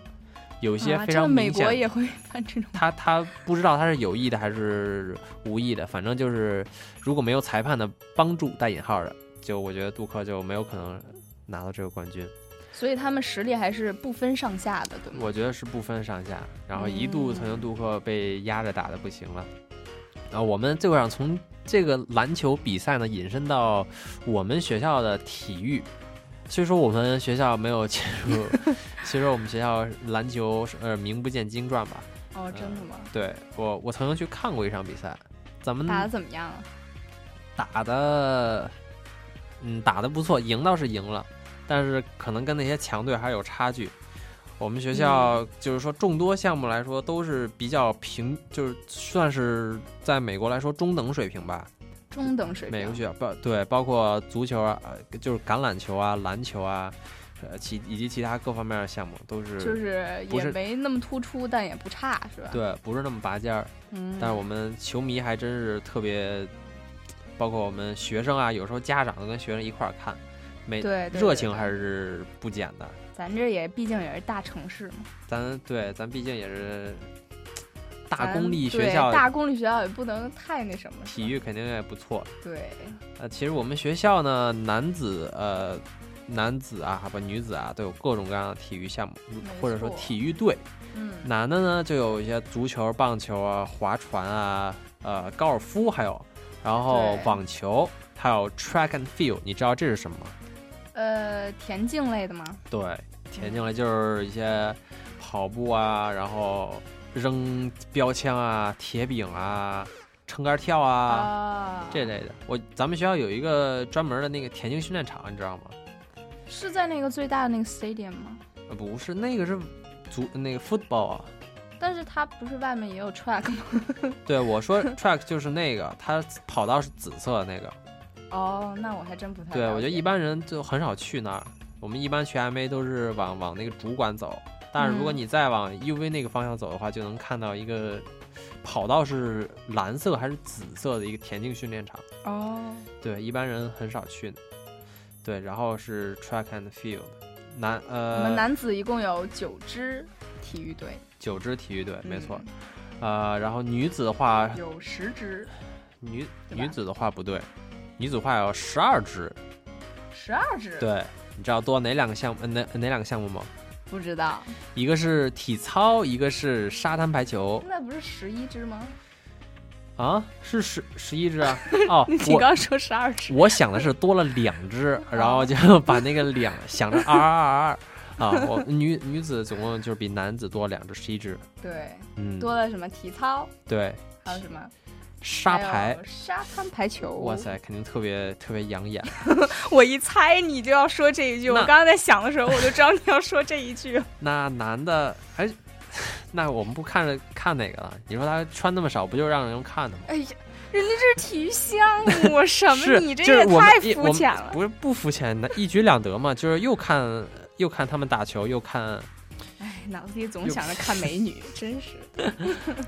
Speaker 5: 有一些
Speaker 6: 啊，
Speaker 5: 非
Speaker 6: 这
Speaker 5: 常
Speaker 6: 美
Speaker 5: 明显
Speaker 6: 国
Speaker 5: 的
Speaker 6: 也会犯这种。
Speaker 5: 他他不知道他是有意的还是无意的，反正就是如果没有裁判的帮助（带引号的），就我觉得杜克就没有可能拿到这个冠军。
Speaker 6: 所以他们实力还是不分上下的，对吗？
Speaker 5: 我觉得是不分上下，然后一度曾经杜克被压着打的不行了。然后我们就想从这个篮球比赛呢引申到我们学校的体育。虽说我们学校没有进入，虽说我们学校篮球是呃名不见经传吧，
Speaker 6: 哦，真
Speaker 5: 呃
Speaker 6: 的吗？
Speaker 5: 对我，我曾经去看过一场比赛，咱们
Speaker 6: 打的怎么样啊？
Speaker 5: 打的，嗯，打的不错，赢倒是赢了，但是可能跟那些强队还是有差距。我们学校就是说众多项目来说都是比较平，就是算是在美国来说中等水平吧。
Speaker 6: 中等水平。
Speaker 5: 每个学校包对包括足球啊，呃就是橄榄球啊、篮球啊，呃其以及其他各方面的项目都是
Speaker 6: 就是
Speaker 5: 不
Speaker 6: 也
Speaker 5: 是
Speaker 6: 没那么突出，但也不差，是吧？
Speaker 5: 对，不是那么拔尖儿。
Speaker 6: 嗯
Speaker 5: 但是我们球迷还真是特别，包括我们学生啊，有时候家长都跟学生一块儿看，每
Speaker 6: 对对
Speaker 5: 热
Speaker 6: 对
Speaker 5: 情还是不减的。
Speaker 6: 咱这也毕竟也是大城市嘛，
Speaker 5: 咱对咱毕竟也是
Speaker 6: 咱
Speaker 5: 大公立
Speaker 6: 对
Speaker 5: 学校，
Speaker 6: 大公立学校也不能太那什么。
Speaker 5: 体育肯定也不错。
Speaker 6: 对，
Speaker 5: 呃，其实我们学校呢，男子呃，男子啊，不女子啊，都有各种各样的体育项目，或者说
Speaker 6: 错
Speaker 5: 体育队。
Speaker 6: 嗯
Speaker 5: 男的呢就有一些足球、棒球啊、划船啊、呃高尔夫，还有然后
Speaker 6: 对
Speaker 5: 网球，还有 track and field。你知道这是什么吗？
Speaker 6: 呃，田径类的吗？
Speaker 5: 对，田径类就是一些跑步啊，然后扔标枪啊、铁饼啊、撑杆跳啊、这类的。我咱们学校有一个专门的那个田径训练场，你知道吗？
Speaker 6: 是在那个最大的那个 stadium 吗？
Speaker 5: 呃不是，那个是足那个 football 啊。
Speaker 6: 但是它不是外面也有 track 吗？
Speaker 5: 对，我说 track 就是那个，它跑道是紫色的那个。
Speaker 6: 哦，那我还真不太
Speaker 5: 对，
Speaker 6: 了
Speaker 5: 我觉
Speaker 6: 解
Speaker 5: 得一般人就很少去那儿。我们一般去 MA 都是往往那个主管走，但是如果
Speaker 6: 嗯
Speaker 5: 你再往 UV 那个方向走的话，就能看到一个跑道是蓝色还是紫色的一个田径训练场。
Speaker 6: 哦，
Speaker 5: 对，一般人很少去的。对，然后是 track and field，男
Speaker 6: 我们
Speaker 5: 呃
Speaker 6: 男子一共有九支体育队，
Speaker 5: 九支体育队没错，
Speaker 6: 嗯
Speaker 5: 呃，然后女子的话
Speaker 6: 有十支，
Speaker 5: 女女子的话不对，女子的话有十二支。
Speaker 6: 十二支，，
Speaker 5: 对，你知道多哪两个项目？呃哪哪两个项目吗？
Speaker 6: 不知道，
Speaker 5: 一个是体操，一个是沙滩排球
Speaker 6: 那不是十一支吗？，
Speaker 5: 啊，是十十一只啊。哦
Speaker 6: 你
Speaker 5: 我
Speaker 6: 刚说十二支，
Speaker 5: 我想的是多了两只，然
Speaker 6: 哦
Speaker 5: 后就把那个两想着二二二二啊。我女女子总共就是比男子多两只，十一只。
Speaker 6: 对，
Speaker 5: 嗯
Speaker 6: 多了什么体操，
Speaker 5: 对，
Speaker 6: 还有什么
Speaker 5: 沙
Speaker 6: 还
Speaker 5: 排
Speaker 6: 有，沙滩排球，
Speaker 5: 哇！塞，肯定特别特别养眼。
Speaker 6: 我一猜你就要说这一句，我刚刚在想的时候，我就知道你要说这一句。
Speaker 5: 那男的哎， 那我们不看着看哪个了？你说他穿那么少，不就让人看的吗？
Speaker 6: 哎呀，人家这是体育项 目，啊什么？
Speaker 5: 是，
Speaker 6: 你这
Speaker 5: 就
Speaker 6: 也
Speaker 5: 是我们
Speaker 6: 太
Speaker 5: 一
Speaker 6: 肤浅
Speaker 5: 我们
Speaker 6: 了。
Speaker 5: 不是不肤浅的，一举两得嘛，就是又看又看他们打球，又看，
Speaker 6: 哎，脑子里总想着看美 女，真是。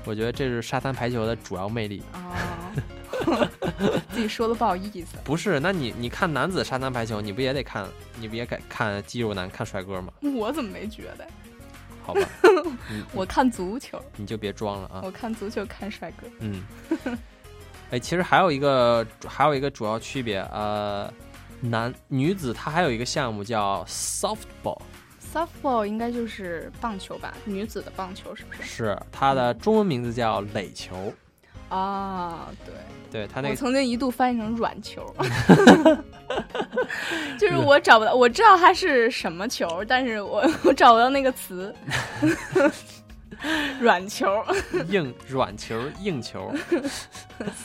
Speaker 5: 我觉得这是沙滩排球的主要魅力。
Speaker 6: 哦， 自己说的不好意思。
Speaker 5: 不是，那你你看男子沙滩排球，你不也得看，你不也该看肌肉男、看帅哥吗？
Speaker 6: 我怎么没觉得？
Speaker 5: 好吧，你
Speaker 6: 我看足球，
Speaker 5: 你就别装了啊
Speaker 6: 我。看足球看帅哥。
Speaker 5: 嗯，哎，其实还有一个还有一个主要区别，呃，男女子它还有一个项目叫 softball。
Speaker 6: Softball 应该就是棒球吧，女子的棒球是不是？
Speaker 5: 是它的中文名字叫垒球，
Speaker 6: 啊，对。
Speaker 5: 对它那
Speaker 6: 我
Speaker 5: 个
Speaker 6: 曾经一度翻译成软 球，就是我找不到，我知道它是什么球，但是我我找不到那个词， 软球。
Speaker 5: 硬软球、硬球，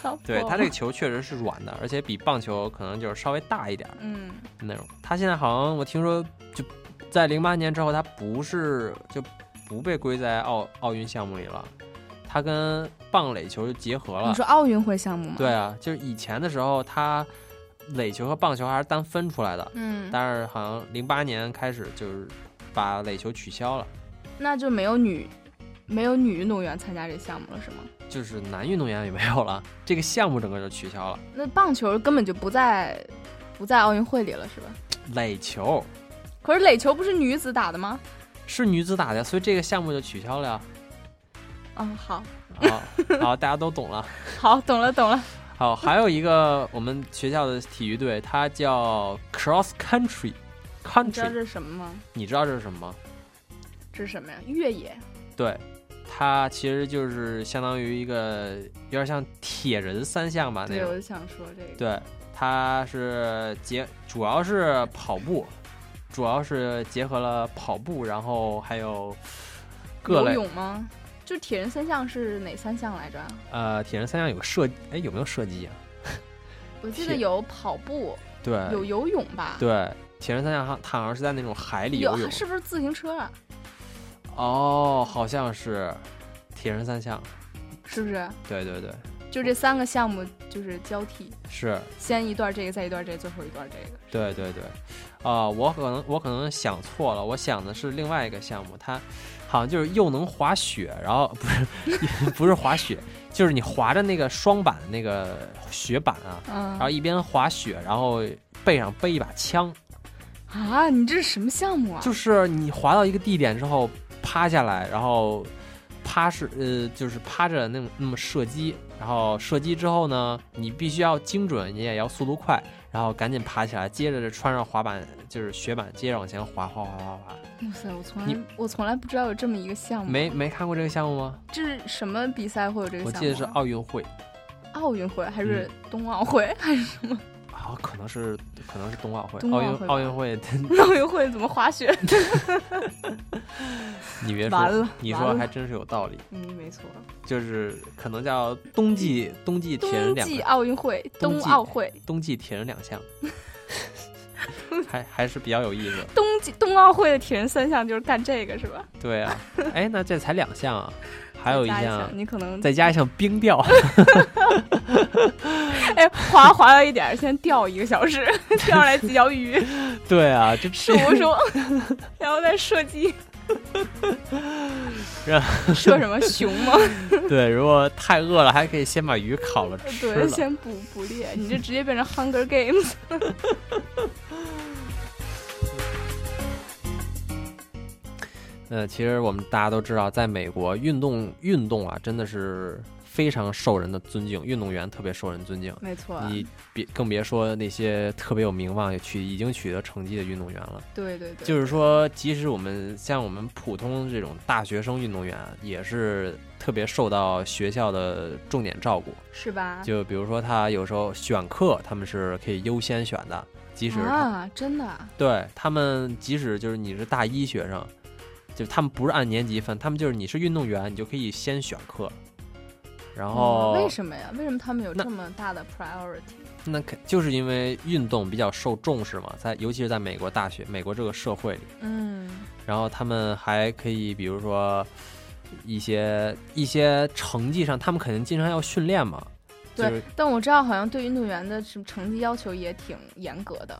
Speaker 6: 哦
Speaker 5: 对它这个球确实是软的，而且比棒球可能就是稍微大一点儿
Speaker 6: 嗯，
Speaker 5: 那种。它现在好像我听说，就在零八年之后，它不是就不被归在奥奥运项目里了，它跟棒垒球就结合了
Speaker 6: 你。说奥运会项目吗？
Speaker 5: 对啊，就是以前的时候，它垒球和棒球还是单分出来的，
Speaker 6: 嗯
Speaker 5: 但是好像零八年开始就是把垒球取消了，
Speaker 6: 那就没有女，没有女运动员参加这项目了，是吗？
Speaker 5: 就是男运动员也没有了，这个项目整个就取消了。
Speaker 6: 那棒球根本就不在不在奥运会里了，是吧？
Speaker 5: 垒球
Speaker 6: 可是垒球不是女子打的吗？
Speaker 5: 是女子打的，所以这个项目就取消了呀。
Speaker 6: 嗯，好，
Speaker 5: 好，好，大家都懂了。
Speaker 6: 好，懂了，懂 了。
Speaker 5: 好，还有一个我们学校的体育队，它叫 cross country
Speaker 6: 你知道这
Speaker 5: country，
Speaker 6: 是什么吗？
Speaker 5: 你知道这是什么吗？
Speaker 6: 这是什么呀？越野。
Speaker 5: 啊对，它其实就是相当于一个有点像铁人三项吧那
Speaker 6: 对，我
Speaker 5: 种。
Speaker 6: 就想说这个。
Speaker 5: 对，它是结主要是跑步，主要是结合了跑步，然后还有各
Speaker 6: 游
Speaker 5: 类
Speaker 6: 泳吗？就铁人三项是哪三项来着？啊
Speaker 5: 呃，铁人三项有个射，哎，有没有射击啊？
Speaker 6: 我记得
Speaker 5: 铁哎
Speaker 6: 有跑步，
Speaker 5: 对，
Speaker 6: 有游泳吧？，
Speaker 5: 对，铁人三项它它好像是在那种海里游泳
Speaker 6: 有，是不是自行车啊？
Speaker 5: 哦，好像是铁人三项，
Speaker 6: 是不是？
Speaker 5: 对对对，
Speaker 6: 就这三个项目就是交替，
Speaker 5: 是，
Speaker 6: 先一段这个，再一段这个，最后一段这个。
Speaker 5: 对对对，啊、我可能我可能想错了，我想的是另外一个项目，它好像就是又能滑雪，然后不是 不是滑雪，就是你滑着那个双板的那个雪板啊，
Speaker 6: 嗯
Speaker 5: 然后一边滑雪，然后背上背一把枪，
Speaker 6: 啊，你这是什么项目啊？
Speaker 5: 就是你滑到一个地点之后趴下来，然后趴是呃就是趴着那么那么射击，然后射击之后呢，你必须要精准，你也要速度快，然后赶紧爬起来，接着穿上滑板就是雪板，接着往前滑滑滑滑滑。
Speaker 6: 哇塞，我从
Speaker 5: 你
Speaker 6: 来我从来不知道有这么一个项目。
Speaker 5: 没没看过这个项目吗？
Speaker 6: 这是什么比赛会有这个
Speaker 5: 我
Speaker 6: 项目啊？
Speaker 5: 记得是奥嗯运会，
Speaker 6: 奥运会还是冬奥会、 还是什么？
Speaker 5: 啊，可能是可能是冬奥会，
Speaker 6: 冬
Speaker 5: 奥
Speaker 6: 奥会
Speaker 5: 运
Speaker 6: 吧
Speaker 5: 奥运会，
Speaker 6: 奥运会怎么滑雪？
Speaker 5: 你别
Speaker 6: 完了
Speaker 5: 说，你说
Speaker 6: 完了
Speaker 5: 还真是有道理，
Speaker 6: 嗯，没错，
Speaker 5: 就是可能叫冬季冬季铁人
Speaker 6: 冬
Speaker 5: 两个
Speaker 6: 季奥运会、
Speaker 5: 冬
Speaker 6: 冬
Speaker 5: 季
Speaker 6: 奥会、
Speaker 5: 冬季铁人两 项，还还是比较有意思。
Speaker 6: 冬季冬奥会的铁人三项就是干这个是吧？
Speaker 5: 对啊，哎，那这才两项啊，还有
Speaker 6: 再加一
Speaker 5: 项
Speaker 6: 项，你可能
Speaker 5: 再加一项冰钓，
Speaker 6: 哎，滑滑到一点儿，先钓一个小时， 钓上来几条鱼，
Speaker 5: 对啊，这
Speaker 6: 数不 数，然后再射击，
Speaker 5: 让
Speaker 6: 射什么熊 吗？
Speaker 5: 对，如果太饿了，还可以先把鱼烤了吃
Speaker 6: 呃对，
Speaker 5: 了。
Speaker 6: 先捕捕猎，你这直接变成 Hunger Games。
Speaker 5: 呃，其实我们大家都知道，在美国运动运动啊，真的是非常受人的尊敬，运动员特别受人尊敬。
Speaker 6: 没错
Speaker 5: 你别更别说那些特别有名望、也取已经取得成绩的运动员了。
Speaker 6: 对对对，
Speaker 5: 就是说，即使我们像我们普通这种大学生运动员，也是特别受到学校的重点照顾。
Speaker 6: 是吧？
Speaker 5: 就比如说，他有时候选课，他们是可以优先选的，即使他、
Speaker 6: 啊，真的啊，
Speaker 5: 对他们，即使就是你是大一学生，就他们不是按年级分，他们就是你是运动员，你就可以先选课。然后、
Speaker 6: 哦嗯为什么呀？为什么他们有这么大的 priority？
Speaker 5: 那肯就是因为运动比较受重视嘛，在尤其是在美国大学、美国这个社会里，
Speaker 6: 嗯，
Speaker 5: 然后他们还可以，比如说一些一些成绩上，他们肯定经常要训练嘛，就
Speaker 6: 对。
Speaker 5: 是
Speaker 6: 但我知道，好像对运动员的什么成绩要求也挺严格的，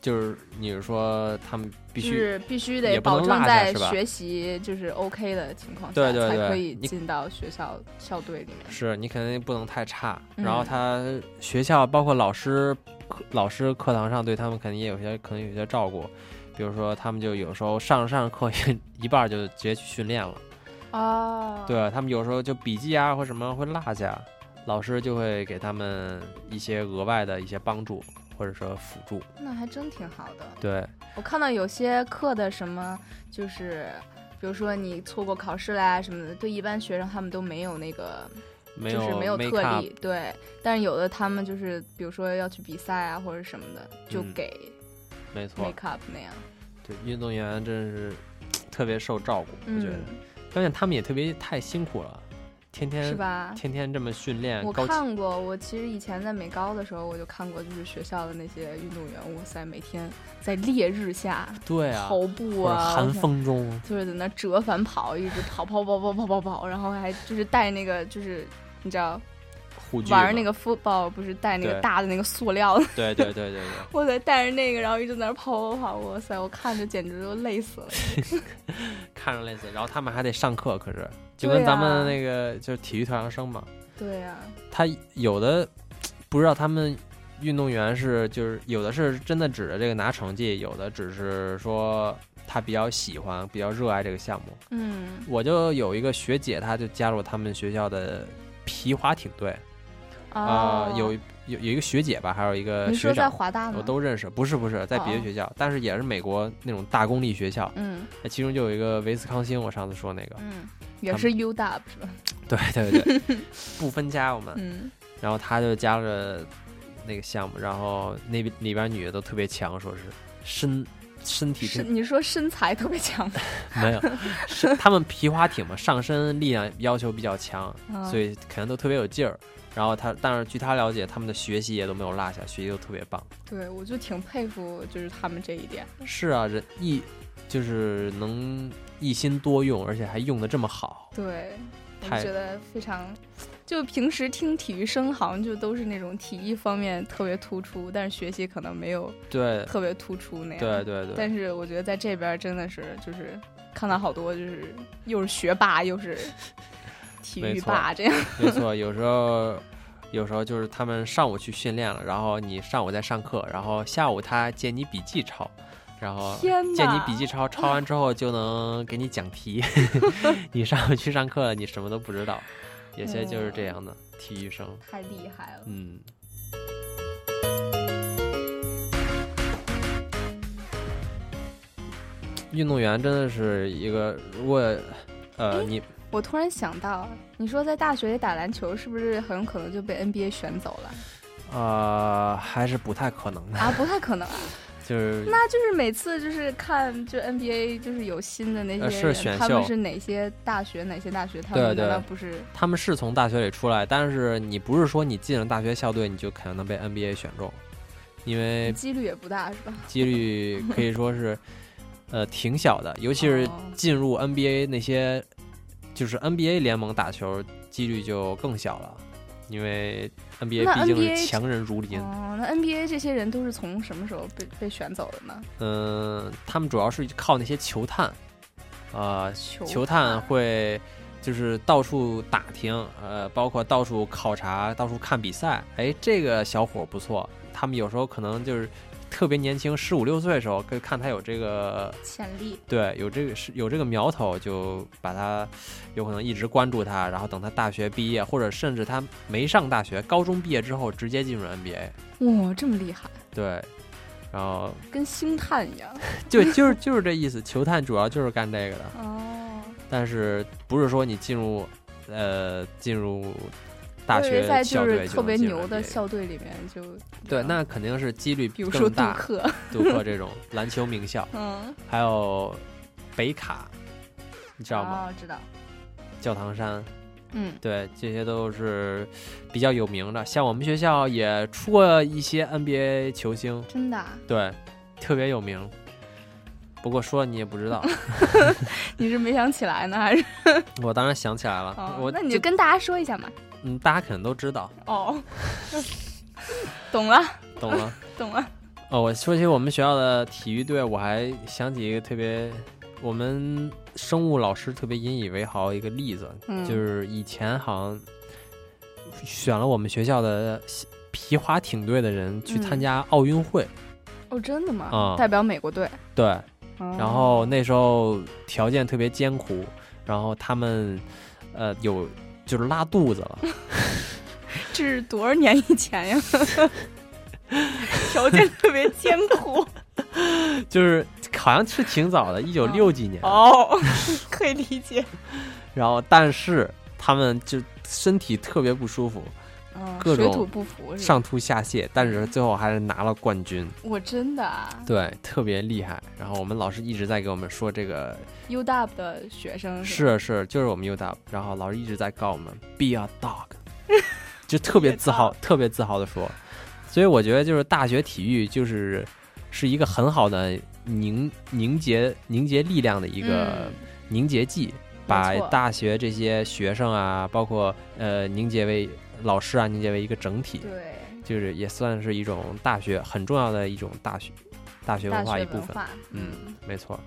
Speaker 5: 就是你是说他们必
Speaker 6: 就
Speaker 5: 须
Speaker 6: 是必须
Speaker 5: 也
Speaker 6: 得
Speaker 5: 不能
Speaker 6: 保证
Speaker 5: 落下
Speaker 6: 在
Speaker 5: 是吧
Speaker 6: 学习就是 OK 的情况下，
Speaker 5: 对对对
Speaker 6: 才可以
Speaker 5: 你
Speaker 6: 进到学校校队里面。
Speaker 5: 是你肯定不能太差，
Speaker 6: 嗯
Speaker 5: 然后他学校包括老师课老师课堂上对他们肯定也有些可能有些照顾，比如说他们就有时候上着上着课一半儿就直接去训练了。
Speaker 6: 哦，
Speaker 5: 对啊他们有时候就笔记啊或什么会落下，老师就会给他们一些额外的一些帮助或者说辅助。
Speaker 6: 那还真挺好的。
Speaker 5: 对，
Speaker 6: 我看到有些课的什么，就是比如说你错过考试啦什么的，对一般学生他们都没有那个，
Speaker 5: 没
Speaker 6: 就
Speaker 5: 有
Speaker 6: 是没有
Speaker 5: make
Speaker 6: 特
Speaker 5: up
Speaker 6: 例。对，但是有的他们就是比如说要去比赛啊或者什么的，就
Speaker 5: 嗯
Speaker 6: 给
Speaker 5: 没错，
Speaker 6: make up 那样。
Speaker 5: 对运动员真是特别受照顾，我觉得
Speaker 6: 嗯，
Speaker 5: 关键他们也特别太辛苦了，天天
Speaker 6: 是吧
Speaker 5: 天天这么训练，
Speaker 6: 我
Speaker 5: 高强
Speaker 6: 看过，我其实以前在美高的时候，我就看过，就是学校的那些运动员，哇塞，每天在烈日下，
Speaker 5: 对啊
Speaker 6: 跑步
Speaker 5: 或者
Speaker 6: 啊，
Speaker 5: 寒
Speaker 6: 我天
Speaker 5: 风中
Speaker 6: 就是在那折返跑，一直跑跑跑跑跑跑跑，然后还就是带那个就是你知道
Speaker 5: 护具
Speaker 6: 玩那
Speaker 5: 嘛
Speaker 6: 个 football 不是带那个
Speaker 5: 对
Speaker 6: 大的那个塑料的，
Speaker 5: 对对对对对。
Speaker 6: 我在带着那个，然后一直在那跑跑跑，哇塞，我看着简直都累死了。
Speaker 5: 看着类似，然后他们还得上课，可是就
Speaker 6: 对
Speaker 5: 跟咱
Speaker 6: 啊
Speaker 5: 们那个、就是体育特长生嘛，
Speaker 6: 对呀、
Speaker 5: 他有的不知道他们运动员是就是有的是真的指着这个拿成绩，有的只是说他比较喜欢、比较热爱这个项目。
Speaker 6: 嗯，
Speaker 5: 我就有一个学姐，她就加入他们学校的皮划艇队，啊、
Speaker 6: 哦
Speaker 5: 有有有一个学姐吧，还有一个
Speaker 6: 你
Speaker 5: 学
Speaker 6: 说在
Speaker 5: 长，
Speaker 6: 华大吗
Speaker 5: 我都认识，不是不是，在别的
Speaker 6: 哦
Speaker 5: 学校，但是也是美国那种大公立学校，
Speaker 6: 嗯
Speaker 5: 那其中就有一个维斯康星，我上次说那个，
Speaker 6: 嗯，也
Speaker 5: 他
Speaker 6: 是
Speaker 5: 们
Speaker 6: U W 是吧？
Speaker 5: 对对 对，不分家我们，
Speaker 6: 嗯
Speaker 5: 然后他就加了那个项目，然后那边里边女的都特别强，说是身身体
Speaker 6: 是
Speaker 5: 真
Speaker 6: 你说身材特别强，
Speaker 5: 没有，是他们皮划艇嘛，上身力量要求比较强，
Speaker 6: 嗯
Speaker 5: 所以可能都特别有劲儿。然后他，但是据他了解，他们的学习也都没有落下，学习都特别棒。
Speaker 6: 对我嗯就挺佩服，就是他们这一点。
Speaker 5: 是啊，人一就是能一心多用，而且还用的这么好。
Speaker 6: 对，我
Speaker 5: 太
Speaker 6: 觉得非常。就平时听体育生好像就都是那种体育方面特别突出，但是学习可能没有
Speaker 5: 对
Speaker 6: 特别突出那样。
Speaker 5: 对对对
Speaker 6: 但是我觉得在这边真的是就是看到好多就是又是学霸又是体
Speaker 5: 没
Speaker 6: 育
Speaker 5: 错
Speaker 6: 霸这样。
Speaker 5: 没错，有时候有时候就是他们上午去训练了，然后你上午在上课，然后下午他借你笔记抄，然后
Speaker 6: 天
Speaker 5: 借你
Speaker 6: 哪
Speaker 5: 笔记抄，抄完之后就能给你讲题。 你上午去上课了，你什么都不知道。有些就是
Speaker 6: 嗯
Speaker 5: 这样的体育生，
Speaker 6: 太厉害了。
Speaker 5: 嗯。运动员真的是一个，如果呃你
Speaker 6: 我突然想到，你说在大学里打篮球，是不是很有可能就被 NBA 选走了
Speaker 5: 啊、还是不太可能的，
Speaker 6: 啊？不太可能啊。
Speaker 5: 就是
Speaker 6: 那就是每次就是看就 NBA 就是有新的那些
Speaker 5: 呃
Speaker 6: 人，
Speaker 5: 是选秀
Speaker 6: 他们是哪些大学哪些大学，他
Speaker 5: 对
Speaker 6: 们难
Speaker 5: 对
Speaker 6: 道，不是？
Speaker 5: 他们是从大学里出来，但是你不是说你进了大学校队你就肯定能被 NBA 选中，因为
Speaker 6: 呃几率也不大是吧？
Speaker 5: 几率可以说 是呃挺小的，尤其
Speaker 6: 哦
Speaker 5: 是进入 NBA 那些就是 NBA 联盟打球几率就更小了，因为 NBA
Speaker 6: 那
Speaker 5: 毕竟
Speaker 6: NBA
Speaker 5: 是强人如林，
Speaker 6: 哦，那 NBA 这些人都是从什么时候被被选走的呢？
Speaker 5: 嗯、他们主要是靠那些球探，啊、
Speaker 6: 球
Speaker 5: 球探会就是到处打听，呃，包括到处考察、到处看比赛。哎，这个小伙不错，他们有时候可能就是特别年轻，十五六岁的时候，可以看他有这个
Speaker 6: 潜力
Speaker 5: 对，有这个是有这个苗头，就把他有可能一直关注他，然后等他大学毕业，或者甚至他没上大学，高中毕业之后直接进入 NBA。
Speaker 6: 哇、这么厉害，
Speaker 5: 对，然后
Speaker 6: 跟星探一样。
Speaker 5: 就就是就是这意思，球探主要就是干这个的，
Speaker 6: 哦，
Speaker 5: 但是不是说你进入呃进入
Speaker 6: 我
Speaker 5: 大
Speaker 6: 以为
Speaker 5: 学
Speaker 6: 在就
Speaker 5: 校队
Speaker 6: 是
Speaker 5: 就
Speaker 6: 特别
Speaker 5: 能进入
Speaker 6: 牛的
Speaker 5: NBA
Speaker 6: 校队里面就
Speaker 5: 对，那肯定是几 率
Speaker 6: 比如说
Speaker 5: 更大
Speaker 6: 杜克
Speaker 5: 杜克这种篮球名校，
Speaker 6: 嗯，
Speaker 5: 还有北卡，你知道吗？
Speaker 6: 哦，知道，
Speaker 5: 教堂山。
Speaker 6: 嗯，
Speaker 5: 对，这些都是比较有名的。像我们学校也出过一些 NBA 球星，
Speaker 6: 真的啊
Speaker 5: 对，特别有名。不过说你也不 知道，
Speaker 6: 你是没想起来呢，还是？
Speaker 5: 我当然想起来了，
Speaker 6: 哦
Speaker 5: 我，
Speaker 6: 那你就跟大家说一下嘛。
Speaker 5: 嗯，大家可能都知道，
Speaker 6: 哦，懂了，
Speaker 5: 懂 了。
Speaker 6: 懂了。
Speaker 5: 哦，我说起我们学校的体育队，我还想起一个特别，我们生物老师特别引以为豪一个例子，
Speaker 9: 嗯
Speaker 5: 就是以前好像选了我们学校的皮划艇队的人去
Speaker 6: 嗯
Speaker 5: 参加奥运会，
Speaker 6: 哦，真的吗？
Speaker 5: 嗯
Speaker 6: 代表美国队。
Speaker 5: 对，
Speaker 6: 哦
Speaker 5: 然后那时候条件特别艰苦，然后他们呃有就是拉肚子了，
Speaker 6: 这是多少年以前 呀？条件特别艰苦
Speaker 5: 就是好像是挺早的，一九六几年，
Speaker 6: 哦，可以理解。
Speaker 5: 然后但是他们就身体特别不舒服，
Speaker 6: 嗯，
Speaker 5: 各
Speaker 6: 水土
Speaker 5: 种
Speaker 6: 不服是吧
Speaker 5: 上吐下泻，但是最后还是拿了冠军，
Speaker 6: 我真的啊
Speaker 5: 对，特别厉害。然后我们老师一直在给我们说这个
Speaker 6: ，U Dub 的学生吧
Speaker 5: 是是，就是我们 U 大，然后老师一直在告我们 be a dog，就特别自豪，特别自豪的说。所以我觉得就是大学体育就是是一个很好的凝凝结凝结力量的一个
Speaker 9: 嗯
Speaker 5: 凝结剂，把
Speaker 9: 错
Speaker 5: 大学这些学生啊，包括呃凝结为老师啊，凝结为一个整体。
Speaker 6: 对，
Speaker 5: 就是也算是一种大学很重要的一种大学大学文化一部
Speaker 6: 大
Speaker 5: 分
Speaker 6: 学文化。
Speaker 5: 嗯，没错。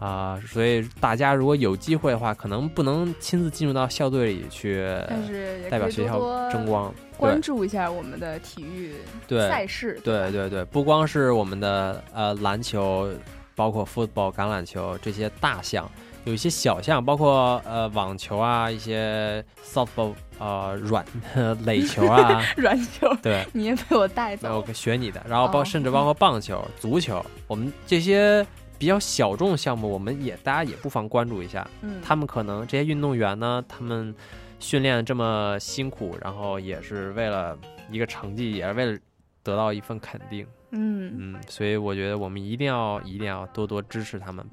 Speaker 5: 啊、所以大家如果有机会的话，可能不能亲自进入到校队里去
Speaker 6: 但是也
Speaker 5: 呃
Speaker 6: 可
Speaker 5: 代表
Speaker 6: 以
Speaker 5: 学
Speaker 6: 多
Speaker 5: 校
Speaker 6: 多
Speaker 5: 争光，
Speaker 6: 关注一下我们的体育
Speaker 5: 对对
Speaker 6: 赛事。，
Speaker 5: 对对对，不光是我们的呃篮球，包括 football 橄榄球这些大项，有一些小项，包括呃网球啊，一些 softball 呃软 垒球啊
Speaker 6: 软球，
Speaker 5: 对，
Speaker 6: 你也被我带
Speaker 5: 那我
Speaker 6: 走。
Speaker 5: 可学你的，然后包
Speaker 6: 哦
Speaker 5: 甚至包括棒球、足球，我们这些比较小众项目，我们也大家也不妨关注一下。
Speaker 6: 嗯
Speaker 5: 他们可能这些运动员呢，他们训练这么辛苦，然后也是为了一个成绩，也是为了得到一份肯定。
Speaker 6: 嗯
Speaker 5: 嗯，所以我觉得我们一定要一定要多多支持他们，毕